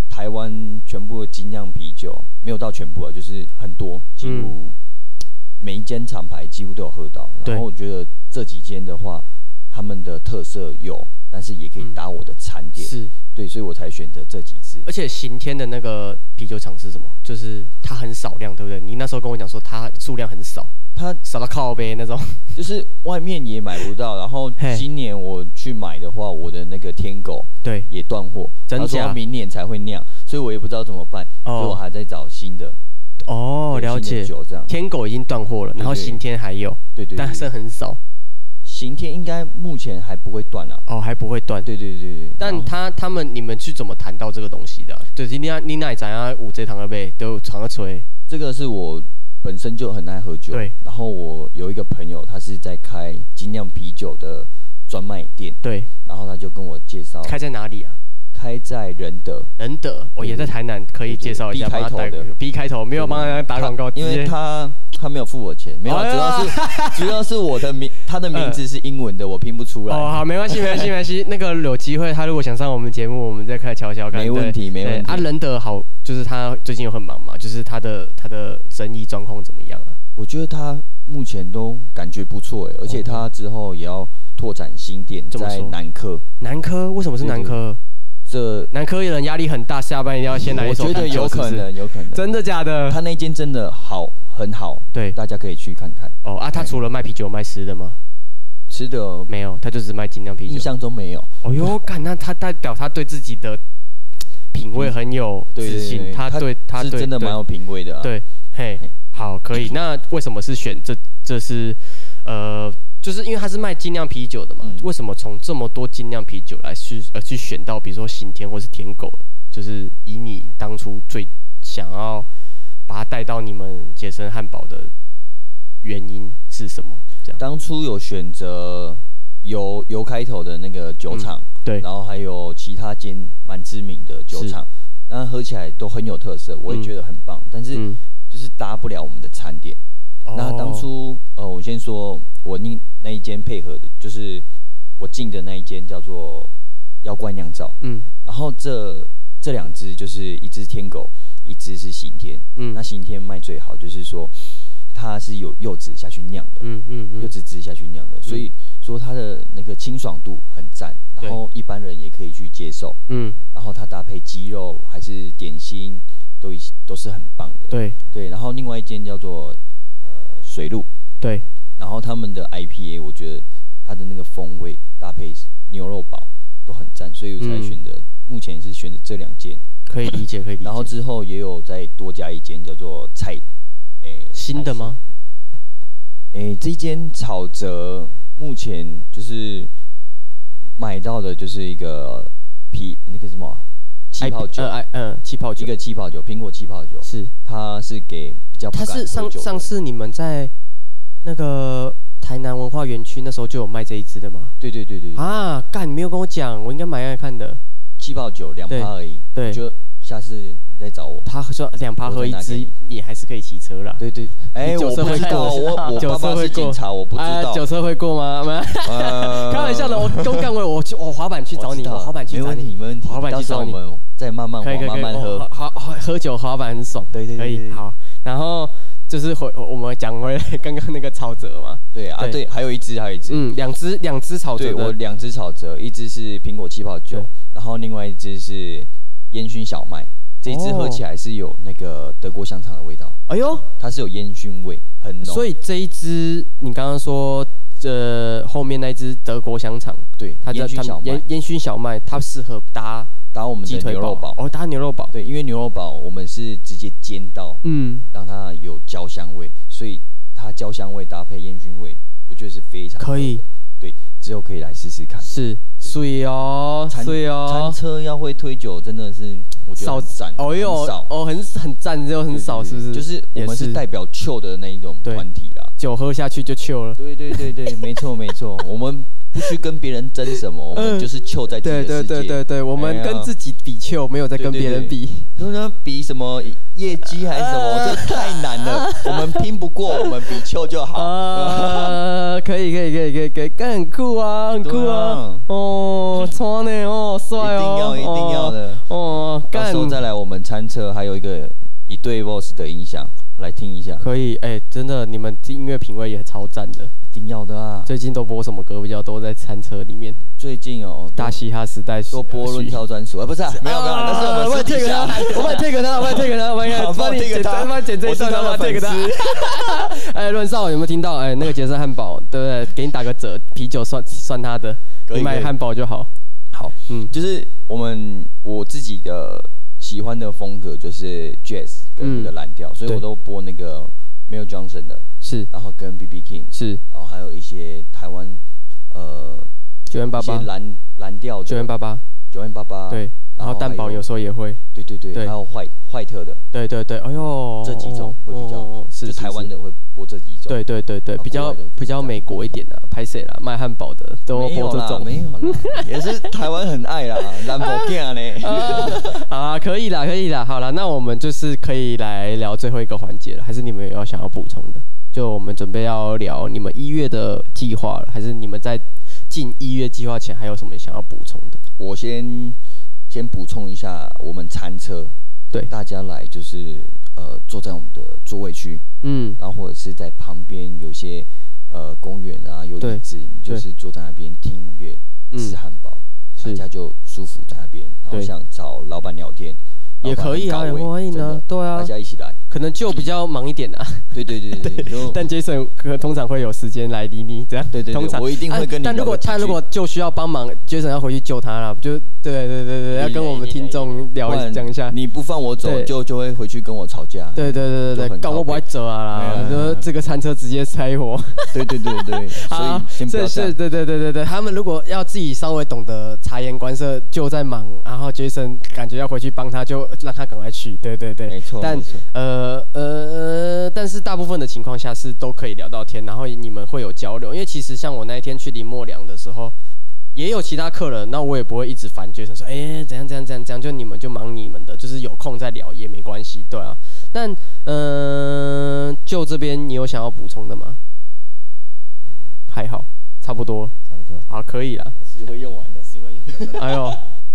Speaker 2: 台湾全部的精酿啤酒，没有到全部啊，就是很多，几乎每一间厂牌几乎都有喝到。
Speaker 1: 嗯对
Speaker 2: 然后我觉得这几间的话，他们的特色有，但是也可以打我的餐点，
Speaker 1: 嗯是。
Speaker 2: 对，所以我才选择这几支。
Speaker 1: 而且刑天的那个啤酒厂是什么？就是它很少量，对不对？你那时候跟我讲说它数量很少，
Speaker 2: 它
Speaker 1: 少到靠背
Speaker 2: *laughs*
Speaker 1: 那种。
Speaker 2: 就是外面也买不到，然后
Speaker 1: 嘿
Speaker 2: 今年我去买的话，我的那个天狗
Speaker 1: 对，
Speaker 2: 也断货，
Speaker 1: 真
Speaker 2: 他
Speaker 1: 假
Speaker 2: 说明年才会酿，所以我也不知道怎么办，
Speaker 1: 哦
Speaker 2: 所以我还在找新的。
Speaker 1: 哦，
Speaker 2: 对
Speaker 1: 了
Speaker 2: 新
Speaker 1: 解
Speaker 2: 的。酒这样，
Speaker 1: 天狗已经断货了，然后
Speaker 2: 对对
Speaker 1: 刑天还有，
Speaker 2: 对对对
Speaker 1: 但
Speaker 2: 对
Speaker 1: 剩很少。
Speaker 2: 行天应该目前还不会断啊。哦
Speaker 1: 哦，还不会断。
Speaker 2: 对对对对，
Speaker 1: 但他他们你们去怎么谈到这个东西的啊？就是你那你那怎样五这糖二杯都有糖个吹，
Speaker 2: 这个是我本身就很爱喝酒，
Speaker 1: 对。
Speaker 2: 然后我有一个朋友，他是在开精酿啤酒的专卖店，
Speaker 1: 对，
Speaker 2: 然后他就跟我介绍
Speaker 1: 开在哪里啊？
Speaker 2: 开在仁德，
Speaker 1: 仁德，我、哦、也在台南，可以介绍一下，
Speaker 2: 对对
Speaker 1: 帮他打
Speaker 2: B 开头的
Speaker 1: 个 B 开头，没有帮他打广告，
Speaker 2: 因
Speaker 1: 直
Speaker 2: 为
Speaker 1: 接
Speaker 2: 他他没有付我钱，没有，啊
Speaker 1: 哎
Speaker 2: 主要
Speaker 1: 呀
Speaker 2: 是 *laughs* 主要是我的名，他的名字是英文的，我拼不出
Speaker 1: 哦，
Speaker 2: 来。
Speaker 1: 好，没
Speaker 2: *laughs*
Speaker 1: 关系，没关系，没关系。那个有机会，他如果想上我们节目，我们再开瞧瞧看。
Speaker 2: 没问
Speaker 1: 对
Speaker 2: 题没问题
Speaker 1: 对啊，仁德好，就是他最近有很忙嘛，就是他的他的生意状况怎么样啊？
Speaker 2: 我觉得他目前都感觉不错哎，而且他之后也要拓展新店，
Speaker 1: 怎么
Speaker 2: 在
Speaker 1: 说
Speaker 2: 南科。
Speaker 1: 南科为什么是南科？
Speaker 2: 这
Speaker 1: 南科人压力很大，下班一定要先来一
Speaker 2: 我
Speaker 1: 首
Speaker 2: 觉
Speaker 1: 啤酒。
Speaker 2: 得有可
Speaker 1: 是不是，
Speaker 2: 能，有可能。
Speaker 1: 真的假的？
Speaker 2: 他那间真的好，很好，
Speaker 1: 对，
Speaker 2: 大家可以去看看。
Speaker 1: 哦啊，他除了卖啤酒，有卖吃的吗？
Speaker 2: 吃的
Speaker 1: 没有，他就只卖精酿啤
Speaker 2: 印
Speaker 1: 酒。
Speaker 2: 象中没有，
Speaker 1: 哦哟，干，那他代表他对自己的品味很有
Speaker 2: 对
Speaker 1: 自
Speaker 2: 对对
Speaker 1: 信，
Speaker 2: 对，
Speaker 1: 他对他
Speaker 2: 是
Speaker 1: 对
Speaker 2: 真的
Speaker 1: 对
Speaker 2: 蛮有品味的、啊。，
Speaker 1: 对，嘿
Speaker 2: 嘿，
Speaker 1: 好，可以。那为什么是选这？这是呃，就是因为它是卖精酿啤酒的嘛。
Speaker 2: 嗯
Speaker 1: 为什么从这么多精酿啤酒来去呃去选到，比如说刑天或是舔狗，就是以你当初最想要把它带到你们杰森汉堡的原因是什么？这样
Speaker 2: 当初有选择油油开头的那个酒厂，
Speaker 1: 嗯对
Speaker 2: 然后还有其他间蛮知名的酒厂，那喝起来都很有特色，我也觉得很棒。但是
Speaker 1: 嗯
Speaker 2: 就是搭不了我们的餐点。那
Speaker 1: 哦
Speaker 2: 当初呃，我先说我那那一间配合的，就是我进的那一间叫做妖怪酿造，
Speaker 1: 嗯
Speaker 2: 然后这这两只就是一只天狗，一只是刑天。
Speaker 1: 嗯
Speaker 2: 那刑天卖最好，就是说它是有柚子下去酿的，
Speaker 1: 嗯嗯
Speaker 2: 柚
Speaker 1: 嗯，
Speaker 2: 子汁下去酿的，所以说它的那个清爽度很赞，
Speaker 1: 对
Speaker 2: 然后一般人也可以去接受。
Speaker 1: 嗯
Speaker 2: 然后它搭配鸡肉还是点心，都已都是很棒的。
Speaker 1: 对
Speaker 2: 对，然后另外一间叫做呃水路，
Speaker 1: 对，
Speaker 2: 然后他们的 IPA，我觉得它的那个风味搭配牛肉堡都很赞，所以我才
Speaker 1: 嗯
Speaker 2: 选择、目前是选择这两间，
Speaker 1: 可以理解可以理解。
Speaker 2: 然后之后也有再多加一间叫做菜，诶、
Speaker 1: 新的吗？
Speaker 2: 诶、这一间草泽目前就是买到的就是一个啤那个什么啊气泡酒，
Speaker 1: 呃哎嗯气泡
Speaker 2: 一
Speaker 1: 酒
Speaker 2: 个气泡酒，苹果气泡酒，
Speaker 1: 是。
Speaker 2: 它是给比较不
Speaker 1: 它
Speaker 2: 敢
Speaker 1: 是
Speaker 2: 喝
Speaker 1: 上
Speaker 2: 酒的
Speaker 1: 上次你们在那个台南文化园区那时候就有卖这一支的吗？
Speaker 2: 对对对对对
Speaker 1: 啊，干，你没有跟我讲，我应该买来看的。
Speaker 2: 气泡酒两
Speaker 1: 对
Speaker 2: 趴而已，
Speaker 1: 对
Speaker 2: 我觉得下次你再找我。
Speaker 1: 他说两趴
Speaker 2: 我
Speaker 1: 喝
Speaker 2: 再
Speaker 1: 一
Speaker 2: 拿给
Speaker 1: 支，也还是可以骑车啦。
Speaker 2: 对对，哎，
Speaker 1: 酒
Speaker 2: 我
Speaker 1: 色
Speaker 2: 不
Speaker 1: 会
Speaker 2: 知道，
Speaker 1: 过
Speaker 2: 我
Speaker 1: *laughs*
Speaker 2: 我
Speaker 1: 酒
Speaker 2: 爸
Speaker 1: 色
Speaker 2: 爸
Speaker 1: 会
Speaker 2: 是
Speaker 1: 过
Speaker 2: 警察，我不知
Speaker 1: 啊
Speaker 2: 道
Speaker 1: 酒。车会过吗？ *laughs* 没有
Speaker 2: 呃
Speaker 1: 开玩笑的，我都干我，我去，我滑板去找你，
Speaker 2: 我知
Speaker 1: 我
Speaker 2: 道
Speaker 1: 滑板去
Speaker 2: 没
Speaker 1: 找
Speaker 2: 问题，
Speaker 1: 你，
Speaker 2: 没问题。
Speaker 1: 我滑板
Speaker 2: 到
Speaker 1: 去
Speaker 2: 时候
Speaker 1: 找
Speaker 2: 我
Speaker 1: 你。
Speaker 2: 们再慢慢
Speaker 1: 可以
Speaker 2: 玩，
Speaker 1: 可以可
Speaker 2: 慢
Speaker 1: 以，
Speaker 2: 慢
Speaker 1: 哦
Speaker 2: 喝。
Speaker 1: 好好喝酒滑板很爽。
Speaker 2: 对对对
Speaker 1: 可
Speaker 2: 对
Speaker 1: 以
Speaker 2: 对
Speaker 1: 好。然后就是回我们讲回来刚刚那个草泽嘛，
Speaker 2: 对啊，
Speaker 1: 对
Speaker 2: 对，还有一只，还有一只，
Speaker 1: 嗯，两只两只草
Speaker 2: 对
Speaker 1: 泽
Speaker 2: 我
Speaker 1: 的，
Speaker 2: 两只草泽，一只是苹果气泡酒
Speaker 1: 对，
Speaker 2: 然后另外一只是烟熏小麦，这一只
Speaker 1: 哦
Speaker 2: 喝起来是有那个德国香肠的味道，
Speaker 1: 哎呦，
Speaker 2: 它是有烟熏味，很浓。
Speaker 1: 所
Speaker 2: 以
Speaker 1: 以这一只你刚刚说呃后面那一只德国香肠，
Speaker 2: 对，
Speaker 1: 它
Speaker 2: 烟
Speaker 1: 的
Speaker 2: 熏
Speaker 1: 它
Speaker 2: 小麦
Speaker 1: 烟烟熏小麦，它适合搭
Speaker 2: 打我们
Speaker 1: 鸡
Speaker 2: 的
Speaker 1: 腿
Speaker 2: 牛肉堡，
Speaker 1: 哦，搭牛肉堡，
Speaker 2: 对，因为牛肉堡我们是直接煎到，
Speaker 1: 嗯，
Speaker 2: 让它有焦香味，所以它焦香味搭配烟熏味，我觉得是非常
Speaker 1: 可以
Speaker 2: 合的。对，之后可以来试试看。
Speaker 1: 是水哦，
Speaker 2: 餐
Speaker 1: 水
Speaker 2: 餐
Speaker 1: 哦，
Speaker 2: 车要会推酒，真的是我觉得
Speaker 1: 少
Speaker 2: 很赞，
Speaker 1: 哦哟
Speaker 2: 很少，
Speaker 1: 哦很很赞又很少，是不是？
Speaker 2: 就是我
Speaker 1: 也
Speaker 2: 们是代表 chill 的那一种
Speaker 1: 对
Speaker 2: 团体啦。
Speaker 1: 酒喝下去就 chill 了，
Speaker 2: 对对对 *laughs* 对，没错没错，我们不去跟别人争什么，我们
Speaker 1: 嗯
Speaker 2: 就是 chill 在自
Speaker 1: 对
Speaker 2: 己的
Speaker 1: 对
Speaker 2: 世界。
Speaker 1: 对对对，我们
Speaker 2: 哎呀
Speaker 1: 跟自己比 chill，没有在跟
Speaker 2: 对对
Speaker 1: 别人
Speaker 2: 对
Speaker 1: 比，
Speaker 2: 跟人比什么业绩还是什么，这太难
Speaker 1: *laughs*
Speaker 2: 了，我们拼不过，我们比丘就好。
Speaker 1: 啊，可以可以可以可以可以，但很酷啊，很酷啊，哦，穿呢哦，帅哦，
Speaker 2: 一定要一定要的
Speaker 1: 哦，哦
Speaker 2: 到
Speaker 1: 干
Speaker 2: 时候再来我们餐车，还有一个一对 boss 的音响来听一下，
Speaker 1: 可以，哎，真的，你们音乐品味也超赞的。
Speaker 2: 一定要的啊！
Speaker 1: 最近都播什么歌比较多？在餐车里面，
Speaker 2: 最近哦，
Speaker 1: 大嘻哈时代
Speaker 2: 多播论
Speaker 1: 他，
Speaker 2: 超专属啊，不是啊没有没有，那是我们私底下。
Speaker 1: 我们 take 他，我们 take 他，我们帮你
Speaker 2: 这
Speaker 1: 剪，
Speaker 2: 个
Speaker 1: 帮你剪这一段，我们 take 他。哎，论少有没有听到？哎，那个杰森汉堡，对不对？给你打个折，啤酒算算他的，
Speaker 2: 可以
Speaker 1: 你买
Speaker 2: 可以
Speaker 1: 汉堡就好。
Speaker 2: 好，
Speaker 1: 嗯
Speaker 2: 嗯，就是我们我自己的喜欢的风格就是 jazz 跟那个
Speaker 1: 嗯
Speaker 2: 蓝调，所以
Speaker 1: 对
Speaker 2: 我都播那个 Mel Johnson 的，
Speaker 1: 是
Speaker 2: 然后跟 B B King，
Speaker 1: 是，
Speaker 2: 然后还有一些台湾呃
Speaker 1: 九元八
Speaker 2: 一些
Speaker 1: 八，
Speaker 2: 蓝蓝调的
Speaker 1: 九元八八，
Speaker 2: 九万八八，
Speaker 1: 对。然后蛋堡有时候也会，
Speaker 2: 对对对，
Speaker 1: 对
Speaker 2: 还有坏坏特的
Speaker 1: 对对对，哎呦，
Speaker 2: 这几种会比较，
Speaker 1: 哦哦是
Speaker 2: 就是台湾
Speaker 1: 是
Speaker 2: 的会播这几种，
Speaker 1: 对对对对，
Speaker 2: 啊
Speaker 1: 比
Speaker 2: 国
Speaker 1: 较
Speaker 2: 外的就
Speaker 1: 比较
Speaker 2: 这样
Speaker 1: 美国一点的、啊，拍谁啦？卖汉堡的都播
Speaker 2: 没有
Speaker 1: 这
Speaker 2: 啦，
Speaker 1: 种，
Speaker 2: 没有啦，也是台湾很爱啦，兰博基亚呢，
Speaker 1: *laughs* *laughs* 啊，可以啦，可以啦，好啦，那我们就是可以来聊最后一个环节了，还是你们有要想要补充的？就我们准备要聊你们一月的计划了，还是你们在进一月计划前还有什么想要补充的？
Speaker 2: 我先先补充一下，我们餐车
Speaker 1: 对，
Speaker 2: 大家来就是呃坐在我们的座位区，
Speaker 1: 嗯，
Speaker 2: 然后或者是在旁边有一些呃公园啊有
Speaker 1: 对
Speaker 2: 椅子，你就
Speaker 1: 对
Speaker 2: 是坐在那边听音乐、
Speaker 1: 嗯
Speaker 2: 吃汉堡，大
Speaker 1: 是
Speaker 2: 家就舒服在那边，然后
Speaker 1: 对
Speaker 2: 想找老板聊天
Speaker 1: 也可以啊，也欢迎啊，对
Speaker 2: 大
Speaker 1: 啊，
Speaker 2: 家一起来，
Speaker 1: 可能就比较忙一点啊，
Speaker 2: 对对对对对，就
Speaker 1: 但 Jason 可通常会有时间来理你，这样
Speaker 2: 对对对
Speaker 1: 通常
Speaker 2: 我一定会
Speaker 1: 哎
Speaker 2: 跟你
Speaker 1: 但
Speaker 2: 聊
Speaker 1: 如果
Speaker 2: 个几
Speaker 1: 他
Speaker 2: 句
Speaker 1: 如果就需要帮忙，Jason 要回去救他了，就对对对对，要跟我们听众聊
Speaker 2: 不然
Speaker 1: 一讲一下。
Speaker 2: 你不放我走
Speaker 1: 对，
Speaker 2: 就就会回去跟我吵架，
Speaker 1: 对对对对
Speaker 2: 就
Speaker 1: 对，
Speaker 2: 很
Speaker 1: 干
Speaker 2: 高
Speaker 1: 我不爱折啊
Speaker 2: 哎
Speaker 1: 啦
Speaker 2: 呀，
Speaker 1: 就是这个餐车直接拆火。
Speaker 2: 对对对
Speaker 1: *laughs*
Speaker 2: 对，所以先不
Speaker 1: 这
Speaker 2: 要这
Speaker 1: 是
Speaker 2: 样。
Speaker 1: 对对对对对，他们如果要自己稍微懂得察言观色，就在忙，然后 Jason 感觉要回去帮他，就让他赶快去。对对对，
Speaker 2: 没错
Speaker 1: 但
Speaker 2: 没错
Speaker 1: 呃呃，但是大部分的情况下是都可以聊到天，然后你们会有交流。因为其实像我那一天去林默良的时候，也有其他客人，那我也不会一直烦 Jason 说，哎、怎样怎样怎样怎样，就你们就忙你们的，就是有空再聊也没关系，对啊。但嗯、呃就这边你有想要补充的吗？还好，差不多
Speaker 3: 差不多，
Speaker 1: 啊，可以 *laughs* 啦。
Speaker 2: 只会用完的，
Speaker 3: 只会用。
Speaker 1: 哎呦，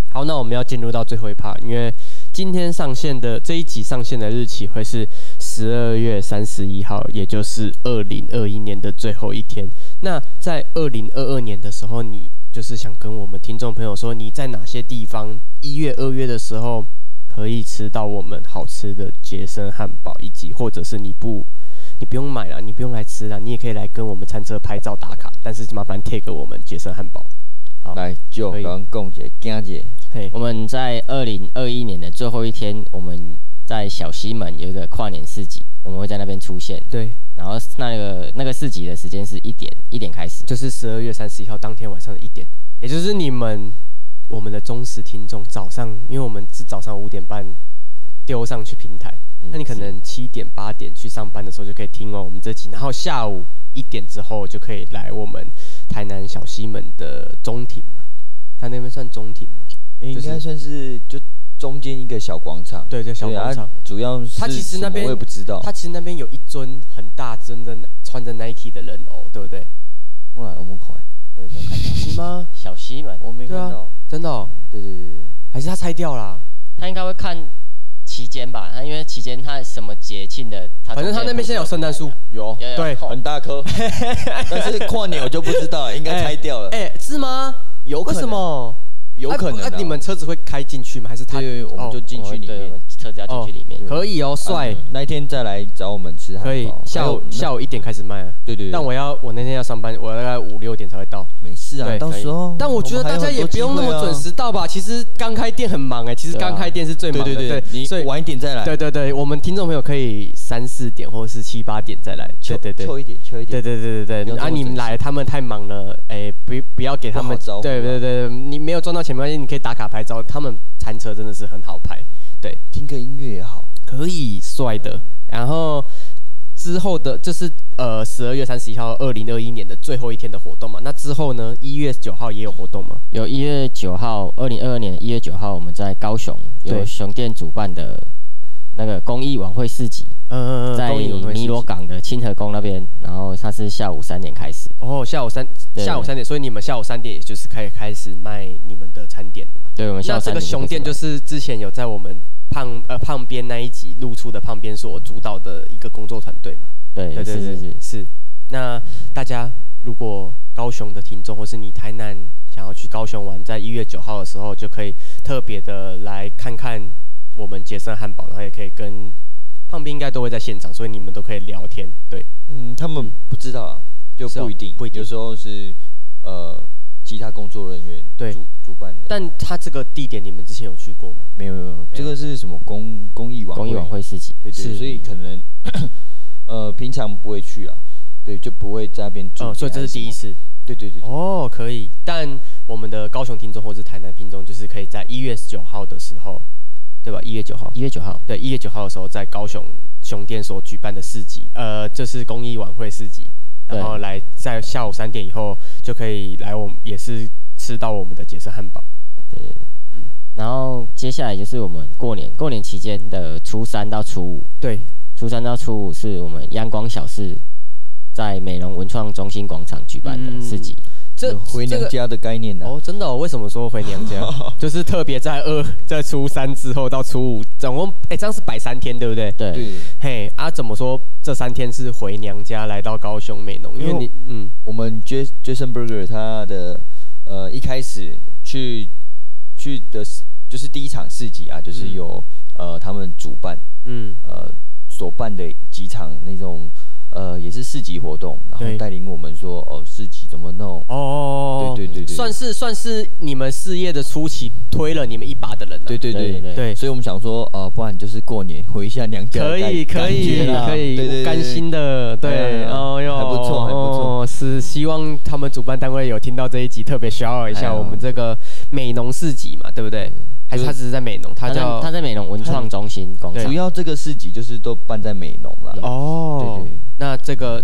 Speaker 1: 好，那我们要进入到最后一趴，因为今天上线的这一集上线的日期会是十二月三十一号，也就是二零二一年的最后一天。那在二零二二年的时候，你就是想跟我们听众朋友说，你在哪些地方一月、二月的时候可以吃到我们好吃的杰森汉堡，以及或者是你不。你不用买了，你不用来吃了，你也可以来跟我们餐车拍照打卡，但是麻烦 take 我们杰森汉堡。好，
Speaker 2: 来就
Speaker 1: 可以
Speaker 2: 刚共姐、姜姐，
Speaker 1: 嘿
Speaker 3: 我，们在二零二一年的最后一天，我们在小西门有一个跨年市集，我们会在那边出现。
Speaker 1: 对，
Speaker 3: 然后那个那个市集的时间是一点一点开始，
Speaker 1: 就是十二月三十一号当天晚上的一点，也就是你们我们的忠实听众早上，因为我们是早上五点半丢上去平台，
Speaker 3: 嗯
Speaker 1: 那你可能七点八点去上班的时候就可以听哦我们这集，然后下午一点之后就可以来我们台南小西门的中庭嘛，他那边算中庭嘛？
Speaker 2: 应该算是就中间一个小广场，
Speaker 1: 对对，小广场
Speaker 2: 啊。主要是
Speaker 1: 他其实
Speaker 2: 什么
Speaker 1: 那边
Speaker 2: 我也不知道，
Speaker 1: 他其实那边有一尊很大尊的穿着 Nike 的人偶，对不对？
Speaker 2: 我来我们看，
Speaker 3: 我也没有看到。
Speaker 1: 是吗？
Speaker 3: 小西门，
Speaker 2: 我没
Speaker 1: 对
Speaker 2: 看
Speaker 1: 啊
Speaker 2: 到，，
Speaker 1: 真的、哦，
Speaker 2: 对对对对对，
Speaker 1: 还是他拆掉啦、
Speaker 3: 他应该会看期间吧，他因为期间他什么节庆的，他
Speaker 1: 反正他那边现在啊有圣诞树，
Speaker 2: 有
Speaker 3: 有有
Speaker 1: 对
Speaker 3: 哦
Speaker 2: 很大
Speaker 1: *laughs*
Speaker 2: 颗，但是跨年我就不知道了，应该拆掉了。
Speaker 1: 哎，是吗？
Speaker 2: 有可能
Speaker 1: 为什么？
Speaker 2: 有可能啊
Speaker 1: 那哎你们车子会开进去吗？还是他？
Speaker 2: 对，我们就进去里
Speaker 3: 对，我
Speaker 2: 面
Speaker 3: 们。车子要进去里面
Speaker 1: 哦。可以哦，帅，
Speaker 2: 嗯那一天再来找我们吃汉堡。哎
Speaker 1: 可以。下午
Speaker 2: 午
Speaker 1: 下午一点开始卖啊。
Speaker 2: 对对对
Speaker 1: 但我要我那天要上班，我大概五六点才会到。
Speaker 2: 没事啊，
Speaker 1: 对，
Speaker 2: 到
Speaker 1: 可以
Speaker 2: 时候。
Speaker 1: 但我觉得大家也不用那么准
Speaker 2: 啊
Speaker 1: 时。到吧。其实刚开店很忙哎，其实
Speaker 2: 对啊
Speaker 1: 刚开店是最忙
Speaker 2: 对
Speaker 1: 的。
Speaker 2: 对对，你
Speaker 1: 所以
Speaker 2: 晚一点再来。
Speaker 1: 对对对，我们听众朋友可以三四点或者是七八点再来。对对对，
Speaker 2: 凑一点，凑一
Speaker 1: 对
Speaker 2: 点。
Speaker 1: 对对对
Speaker 2: 不
Speaker 1: 对，
Speaker 2: 要这么
Speaker 1: 啊，你们
Speaker 2: 准时
Speaker 1: 来，他们太忙了，哎，不不要给他们
Speaker 2: 不好招呼啊
Speaker 1: 对对对，你没有赚到钱没关系，你可以打卡拍照，他们餐车真的是很好拍，对，
Speaker 2: 听个音乐也好。
Speaker 1: 可以帅的。然后之后的，这是呃十二月三十一号，二零二一年的最后一天的活动嘛。那之后呢，一月九号也有活动嘛？
Speaker 3: 有一月九号，二零二二年一月九号，我们在高雄
Speaker 1: 对
Speaker 3: 有熊店主办的那个公益晚会市集，
Speaker 1: 嗯嗯嗯，
Speaker 3: 在
Speaker 1: 公益晚会
Speaker 3: 尼罗
Speaker 1: 是
Speaker 3: 港的清河宫那边，然后它是下午三点开始。
Speaker 1: 哦，下午三
Speaker 3: 对
Speaker 1: 下午三点，所以你们下午三点也就是开开始卖你们的餐点了嘛？
Speaker 3: 对，我们下
Speaker 1: 那
Speaker 3: 午
Speaker 1: 这
Speaker 3: 三
Speaker 1: 个
Speaker 3: 点
Speaker 1: 熊
Speaker 3: 开始
Speaker 1: 店
Speaker 3: 卖
Speaker 1: 就是之前有在我们胖呃胖边那一集露出的胖边所主导的一个工作团队嘛？
Speaker 3: 对
Speaker 1: 对对
Speaker 3: 是
Speaker 1: 对
Speaker 3: 是是，
Speaker 1: 是。那大家如果高雄的听众，或是你台南想要去高雄玩，在一月九号的时候就可以特别的来看看我们杰森汉堡，然后也可以跟胖边应该都会在现场，所以你们都可以聊天。对，
Speaker 2: 嗯，他们不知道啊，就是
Speaker 1: 哦
Speaker 2: 不一定，
Speaker 1: 不一定
Speaker 2: 有时候是呃其他工作人员
Speaker 1: 对
Speaker 2: 主主办的。
Speaker 1: 但他这个地点你们之前有去过吗？
Speaker 2: 没有没有没有，这个是什么公公益晚
Speaker 3: 公益晚会市集。
Speaker 2: 对对，
Speaker 1: 是
Speaker 2: 所以可能 *coughs* 呃平常不会去啊，对，就不会在那边住、
Speaker 1: 哦，所以这是第一，次。
Speaker 2: 对对对，对
Speaker 1: 哦，可以。但我们的高雄听众或是台南听众，就是可以在一月九号的时候，对吧？一月九号，
Speaker 3: 一月九号，
Speaker 1: 对，一月九号的时候，在高雄熊店所举办的市集，呃，这是公益晚会市集，然后来在下午三点以后就可以来我们也是吃到我们的杰森汉堡。
Speaker 3: 对对对，
Speaker 1: 嗯
Speaker 3: 嗯。然后接下来就是我们过年，过年期间的初三到初五，
Speaker 1: 对，
Speaker 3: 初三到初五是我们阳光小市在美容文创中心广场举办
Speaker 1: 嗯
Speaker 3: 的市集。
Speaker 1: 这
Speaker 2: 有回
Speaker 1: 这
Speaker 2: 娘
Speaker 1: 个
Speaker 2: 家的概念呢、啊
Speaker 1: 哦，真的、哦？为什么说回娘家？就是特别在二在初三之后到初五，总共哎、这样是摆三天，对不对？
Speaker 3: 对，
Speaker 2: 对，
Speaker 1: 嘿啊，怎么说？这三天是回娘家，来到高雄美浓，因为
Speaker 2: 因为
Speaker 1: 你嗯，
Speaker 2: 我们 Jas- Jason Burger 他的呃一开始去去的是就是第一场市集啊，就是由、呃他们主办
Speaker 1: 嗯，
Speaker 2: 呃所办的几场那种呃也是市集活动，然
Speaker 1: 对
Speaker 2: 后带领我们说哦市集怎么弄，
Speaker 1: 哦，
Speaker 2: 对对对对
Speaker 1: 算是算是你们事业的初期推了你们一把的人、啊，
Speaker 2: 对对
Speaker 3: 对
Speaker 2: 对
Speaker 3: 对
Speaker 1: 对
Speaker 2: 所以我们想说呃不然就是过年回一下娘家
Speaker 1: 可
Speaker 2: 的感，
Speaker 1: 以可以
Speaker 2: 感觉啦
Speaker 1: 可
Speaker 2: 对对
Speaker 1: 以，
Speaker 2: 对
Speaker 1: 甘心的，对，
Speaker 2: 哎呀
Speaker 1: 哦哟，
Speaker 2: 还不错还不错
Speaker 1: 哦，是希望他们主办单位有听到这一集，特别 shout 一
Speaker 2: 哎
Speaker 1: 下
Speaker 2: 呦嗯
Speaker 1: 我们这个美农市集嘛，对不对？还是他只是在美农，他
Speaker 3: 他在
Speaker 1: 叫
Speaker 3: 他在美容文创中心广
Speaker 2: 主
Speaker 3: 场。
Speaker 2: 要这个市集就是都办在美浓啦，
Speaker 1: 哦
Speaker 2: 对对，
Speaker 1: 那这个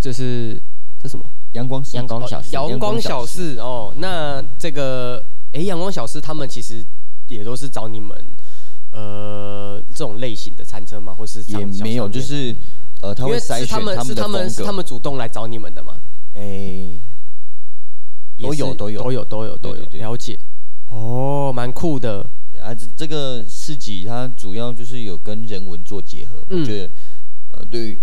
Speaker 1: 就是这什么？
Speaker 2: 阳光市集
Speaker 3: 阳光小市，
Speaker 1: 阳光小事哦，那这个诶，阳光小事他们其实也都是找你们呃这种类型的餐车吗？或是
Speaker 2: 也
Speaker 1: 商小
Speaker 2: 没有，
Speaker 1: 商
Speaker 2: 就
Speaker 1: 店
Speaker 2: 是呃他
Speaker 1: 因
Speaker 2: 会
Speaker 1: 为
Speaker 2: 筛
Speaker 1: 是
Speaker 2: 选
Speaker 1: 他们是
Speaker 2: 的
Speaker 1: 他们是
Speaker 2: 风
Speaker 1: 他
Speaker 2: 格，
Speaker 1: 们主动来找你们的嘛？
Speaker 2: 哎，
Speaker 1: 也
Speaker 2: 都
Speaker 1: 是
Speaker 2: 有都有
Speaker 1: 都有都有
Speaker 2: 对
Speaker 1: 都有
Speaker 2: 对对
Speaker 1: 了解哦，蛮酷的，
Speaker 2: 啊，这这个市集它主要就是有跟人文做结合，
Speaker 1: 嗯
Speaker 2: 我觉得呃，对于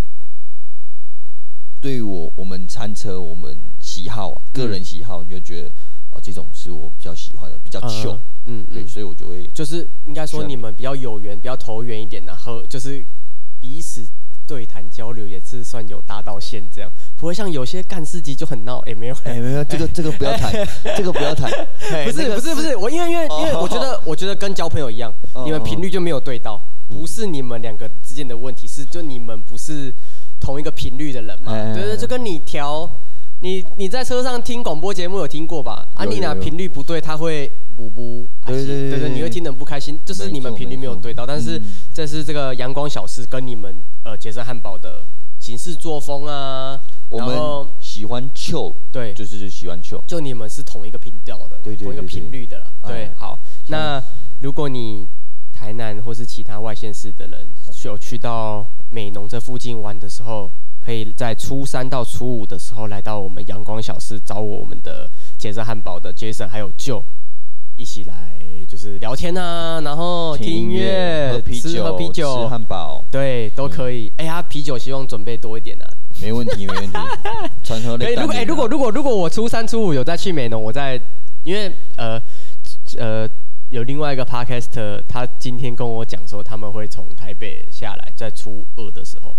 Speaker 2: 对于我我们餐车我们喜好啊，
Speaker 1: 嗯
Speaker 2: 个人喜好，你就觉得哦、这种是我比较喜欢的，比较秀，
Speaker 1: 嗯嗯
Speaker 2: 啊对，
Speaker 1: 嗯，
Speaker 2: 所以我就会
Speaker 1: 就是应该说
Speaker 2: 是啊
Speaker 1: 你们比较有缘，比较投缘一点的、和就是彼此对谈交流也是算有搭到线这样，不会像有些干事集就很闹，也、没有。
Speaker 2: 哎，没有这个这个不要 *laughs* 谈，这个不要谈，
Speaker 1: 不
Speaker 2: 嘿哎那
Speaker 1: 是
Speaker 2: 个
Speaker 1: 不是不是，我因为因为因为我觉得我觉得跟交朋友一样，
Speaker 2: 哦嗯
Speaker 1: 你们频率就没有对到，不是你们两个之间的问题，是就你们不是同一个频率的人嘛
Speaker 2: 哎哎？哎
Speaker 1: 对对，就跟你调，你你在车上听广播节目有听过吧？啊，
Speaker 2: 有
Speaker 1: 你俩
Speaker 2: 有有
Speaker 1: 频率不对，他会补补，
Speaker 2: 对
Speaker 1: 啊
Speaker 2: 对
Speaker 1: 对
Speaker 2: 对对
Speaker 1: 你会听得很不开心，就是你们频率没有对到，但是这是这个阳光小事跟你们呃杰森汉堡的行事作风啊，
Speaker 2: 我
Speaker 1: 然后
Speaker 2: 们喜欢秀，
Speaker 1: 对
Speaker 2: 就是就喜欢秀，
Speaker 1: 就你们是同一个频道的嘛，
Speaker 2: 对对
Speaker 1: 同一个
Speaker 2: 对对
Speaker 1: 频率的了。对，
Speaker 2: 哎
Speaker 1: 好，那如果你台南或是其他外县市的人有去到美浓这附近玩的时候，可以在初三到初五的时候来到我们阳光小市找我们的杰森汉堡的 Jason 还有 Joe。一起来就是聊天啊，然后听音乐、
Speaker 2: 喝啤
Speaker 1: 吃
Speaker 2: 酒、
Speaker 1: 喝啤
Speaker 2: 吃
Speaker 1: 酒，
Speaker 2: 汉堡，
Speaker 1: 对，都可以。哎、呀、啤酒希望准备多一点啊。
Speaker 2: 没问题，没
Speaker 1: *laughs*
Speaker 2: 问题。传喝
Speaker 1: 哎、
Speaker 2: 类
Speaker 1: 如
Speaker 2: 单
Speaker 1: 果哎、
Speaker 2: 品啊
Speaker 1: 如果如果如果我初三初五有再去美农，我再因为呃呃有另外一个 podcast，他今天跟我讲说他们会从台北下来，在初二的时候，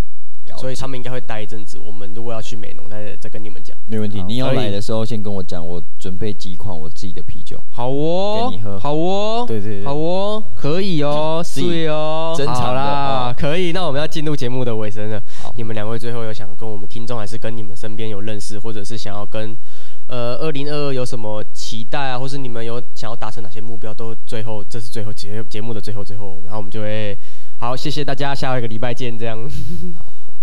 Speaker 2: 了
Speaker 1: 所以他们应该会待一阵子。我们如果要去美农，再再跟你们讲。
Speaker 2: 没问题，你要
Speaker 1: 可以
Speaker 2: 来的时候先跟我讲，我准备几款我自己的啤酒，
Speaker 1: 好哦，
Speaker 2: 给你喝
Speaker 1: 好哦，
Speaker 2: 对对对
Speaker 1: 好哦，可以哦，
Speaker 2: 自己
Speaker 1: 对哦，
Speaker 2: 珍藏的
Speaker 1: 好啦
Speaker 2: 哦，
Speaker 1: 可以。那我们要进入节目的尾声了
Speaker 2: 好，
Speaker 1: 你们两位最后有想跟我们听众，还是跟你们身边有认识，或者是想要跟呃二零二二有什么期待啊，或是你们有想要达成哪些目标，都最后这是最后节节目的最后最后，然后我们就会好，谢谢大家，下一个礼拜见，这样。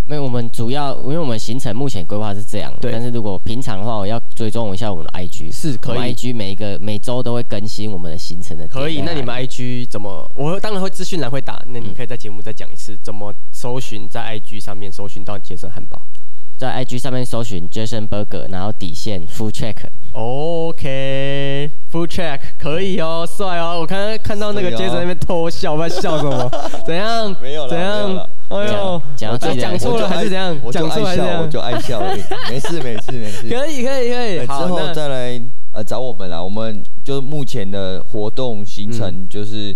Speaker 3: 没有，我们主要因为我们行程目前规划是这样，
Speaker 1: 对
Speaker 3: 但是如果平常的话，我要追踪一下我们的 IG，
Speaker 1: 是可以
Speaker 3: 我们 IG 每一个每周都会更新我们的行程的点在哪
Speaker 1: *laughs* 可
Speaker 3: 里。
Speaker 1: *laughs* 以，那你们 IG 怎么？我当然会资讯栏会打，那你可以在节目再讲一次，怎么搜寻在 IG 上面搜寻到杰森汉堡。
Speaker 3: 在 IG 上面搜寻 Jason Burger，然后底线 Full Check，
Speaker 1: OK，Full Check 可以哦，帅哦！我刚刚看到那个
Speaker 2: 帅哦
Speaker 1: 杰森在那边偷笑，
Speaker 2: *laughs*
Speaker 1: 不知道笑什么？怎样？
Speaker 2: 没有啦
Speaker 1: 怎
Speaker 2: 没有
Speaker 1: 样
Speaker 2: 啦？
Speaker 1: 哎呦，
Speaker 3: 讲讲到自
Speaker 1: 哎
Speaker 3: 己的
Speaker 1: 讲
Speaker 2: 我
Speaker 1: 错
Speaker 2: 就
Speaker 1: 了
Speaker 2: 爱
Speaker 1: 还是怎样？
Speaker 2: 我就
Speaker 1: 讲错
Speaker 2: 爱
Speaker 1: 还是怎
Speaker 2: 笑，我
Speaker 1: 样
Speaker 2: 就？爱笑而已，没事，没事，没
Speaker 1: *laughs*
Speaker 2: 事。
Speaker 1: 可以，可以，可以。
Speaker 2: 呃
Speaker 1: 好，
Speaker 2: 之后
Speaker 1: 那
Speaker 2: 再来呃找我们啦。我们就目前的活动行程
Speaker 1: 嗯
Speaker 2: 就是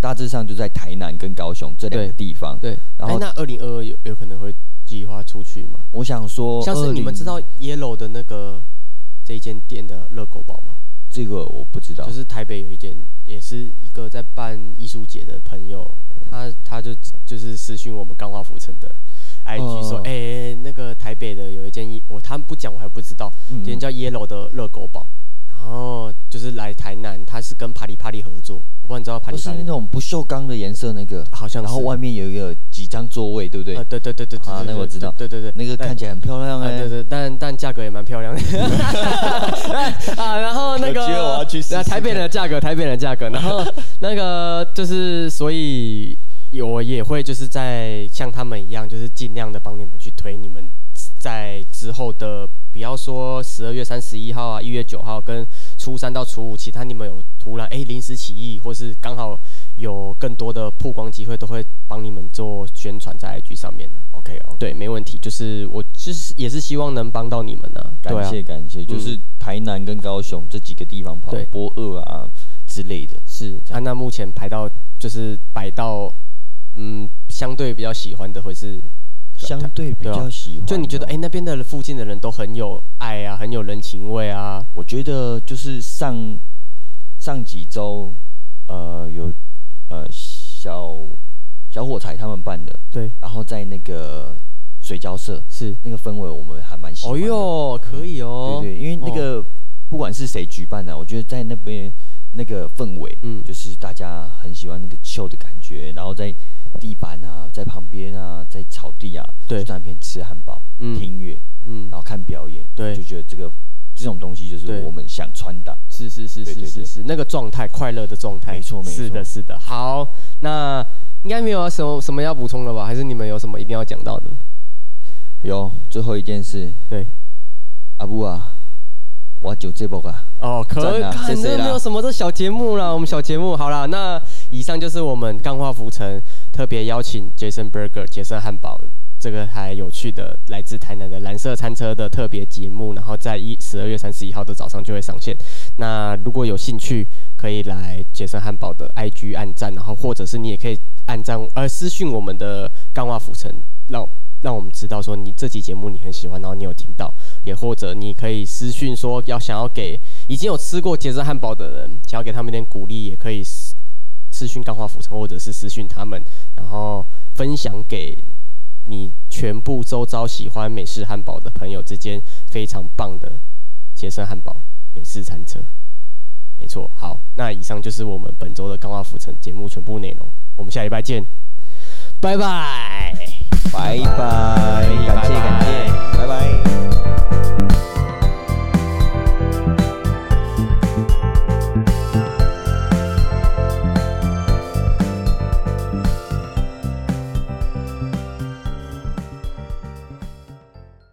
Speaker 2: 大致上就在台南跟高雄这两个
Speaker 1: 对
Speaker 2: 地方。，
Speaker 1: 对，
Speaker 2: 然
Speaker 1: 哎
Speaker 2: 后
Speaker 1: 那二零二二有有可能会计划出去吗？
Speaker 2: 我想说，
Speaker 1: 像是你们知道 Yellow 的那个这一间店的热狗堡吗？
Speaker 2: 这个我不知道，
Speaker 1: 就是台北有一间，也是一个在办艺术节的朋友，他他就就是私讯我们钢化浮城的 IG 说，
Speaker 2: 哦
Speaker 1: 哎、那个台北的有一间，我他们不讲我还不知道，
Speaker 2: 嗯
Speaker 1: 有一间叫 Yellow 的热狗堡，然后就是来台南，他是跟帕里帕里合作，我不知道你知道帕
Speaker 2: 不
Speaker 1: 里
Speaker 2: 哦是
Speaker 1: 帕
Speaker 2: 那
Speaker 1: 里，
Speaker 2: 种不锈钢的颜色那个，
Speaker 1: 好像是，
Speaker 2: 然后外面有一个几张座位，对不对？
Speaker 1: 啊，对对对对对对
Speaker 2: 啊那我知道
Speaker 1: 对对对，
Speaker 2: 那个
Speaker 1: 但
Speaker 2: 看起来很漂亮
Speaker 1: 啊，
Speaker 2: 哎
Speaker 1: 对。对，但但价格也蛮漂亮的。
Speaker 2: *laughs*
Speaker 1: 啊，然后那个
Speaker 2: 有机会我要去试试
Speaker 1: 那台北的价格，台北的价格，然后那个就是，所以我也会就是在像他们一样，就是尽量的帮你们去推你们在之后的，不要说十二月三十一号啊，一月九号跟初三到初五，其他你们有突然哎临时起意，或是刚好有更多的曝光机会，都会帮你们做宣传在 IG 上面的。啊
Speaker 2: OK OK，
Speaker 1: 对，没问题，就是我就是也是希望能帮到你们呢、啊，
Speaker 2: 感
Speaker 1: 对
Speaker 2: 谢
Speaker 1: 啊、
Speaker 2: 感谢，就是台南跟高雄这几个地方跑
Speaker 1: 对
Speaker 2: 波二啊之类的。
Speaker 1: 是啊，那目前排到就是摆到嗯相对比较喜欢的会是，
Speaker 2: 相对比
Speaker 1: 对啊
Speaker 2: 较喜欢哦，
Speaker 1: 就你觉得哎、那边的附近的人都很有爱啊，很有人情味啊，
Speaker 2: 我觉得就是上上几周，呃，有呃小小火柴他们办的，
Speaker 1: 对，
Speaker 2: 然后在那个水交社，
Speaker 1: 是，
Speaker 2: 那个氛围我们还蛮喜欢
Speaker 1: 哦
Speaker 2: 的。
Speaker 1: 哟，可以哦，
Speaker 2: 对对，因为那
Speaker 1: 哦、
Speaker 2: 个不管是谁举办的、啊我觉得在那边那个氛围，
Speaker 1: 嗯
Speaker 2: 嗯，就是大家很喜欢那个秀的感觉，然后在地板啊，在旁边啊，在草地啊，
Speaker 1: 对
Speaker 2: 就在那边吃汉堡、
Speaker 1: 嗯
Speaker 2: 听音乐，
Speaker 1: 嗯
Speaker 2: 然，后看表演，
Speaker 1: 对
Speaker 2: 就觉得这个这种东西就是
Speaker 1: 对
Speaker 2: 我们想传达。
Speaker 1: 是是是
Speaker 2: 对
Speaker 1: 是
Speaker 2: 对
Speaker 1: 是
Speaker 2: 对
Speaker 1: 是，那个状态，快乐的状态，
Speaker 2: 没错没
Speaker 1: 是
Speaker 2: 错
Speaker 1: 的是的，好，那应该没有什么什么要补充了吧？还是你们有什么一定要讲到的？
Speaker 2: 有最后一件事，
Speaker 1: 对。
Speaker 2: 阿布啊，我就这波啊，
Speaker 1: 哦，可
Speaker 2: 赞啊
Speaker 1: 看
Speaker 2: 谢谢
Speaker 1: 这
Speaker 2: 啦
Speaker 1: 没有什么，这小节目啦，我们小节目好啦。那以上就是我们钢化浮城特别邀请 Jason Burger、杰森汉堡这个还有趣的来自台南的蓝色餐车的特别节目，然后在一十二月三十一号的早上就会上线。那如果有兴趣，可以来杰森汉堡的 IG 按赞，然后或者是你也可以按赞呃私讯我们的钢化浮城，让让我们知道说你这期节目你很喜欢，然后你有听到，也或者你可以私讯说要想要给已经有吃过杰森汉堡的人，想要给他们一点鼓励，也可以私私讯钢化浮城，或者是私讯他们，然后分享给你全部周遭喜欢美式汉堡的朋友之间非常棒的杰森汉堡美式餐车。没错，好，那以上就是我们本周的钢化浮城节目全部内容，我们下礼拜见，拜拜。
Speaker 2: 拜拜。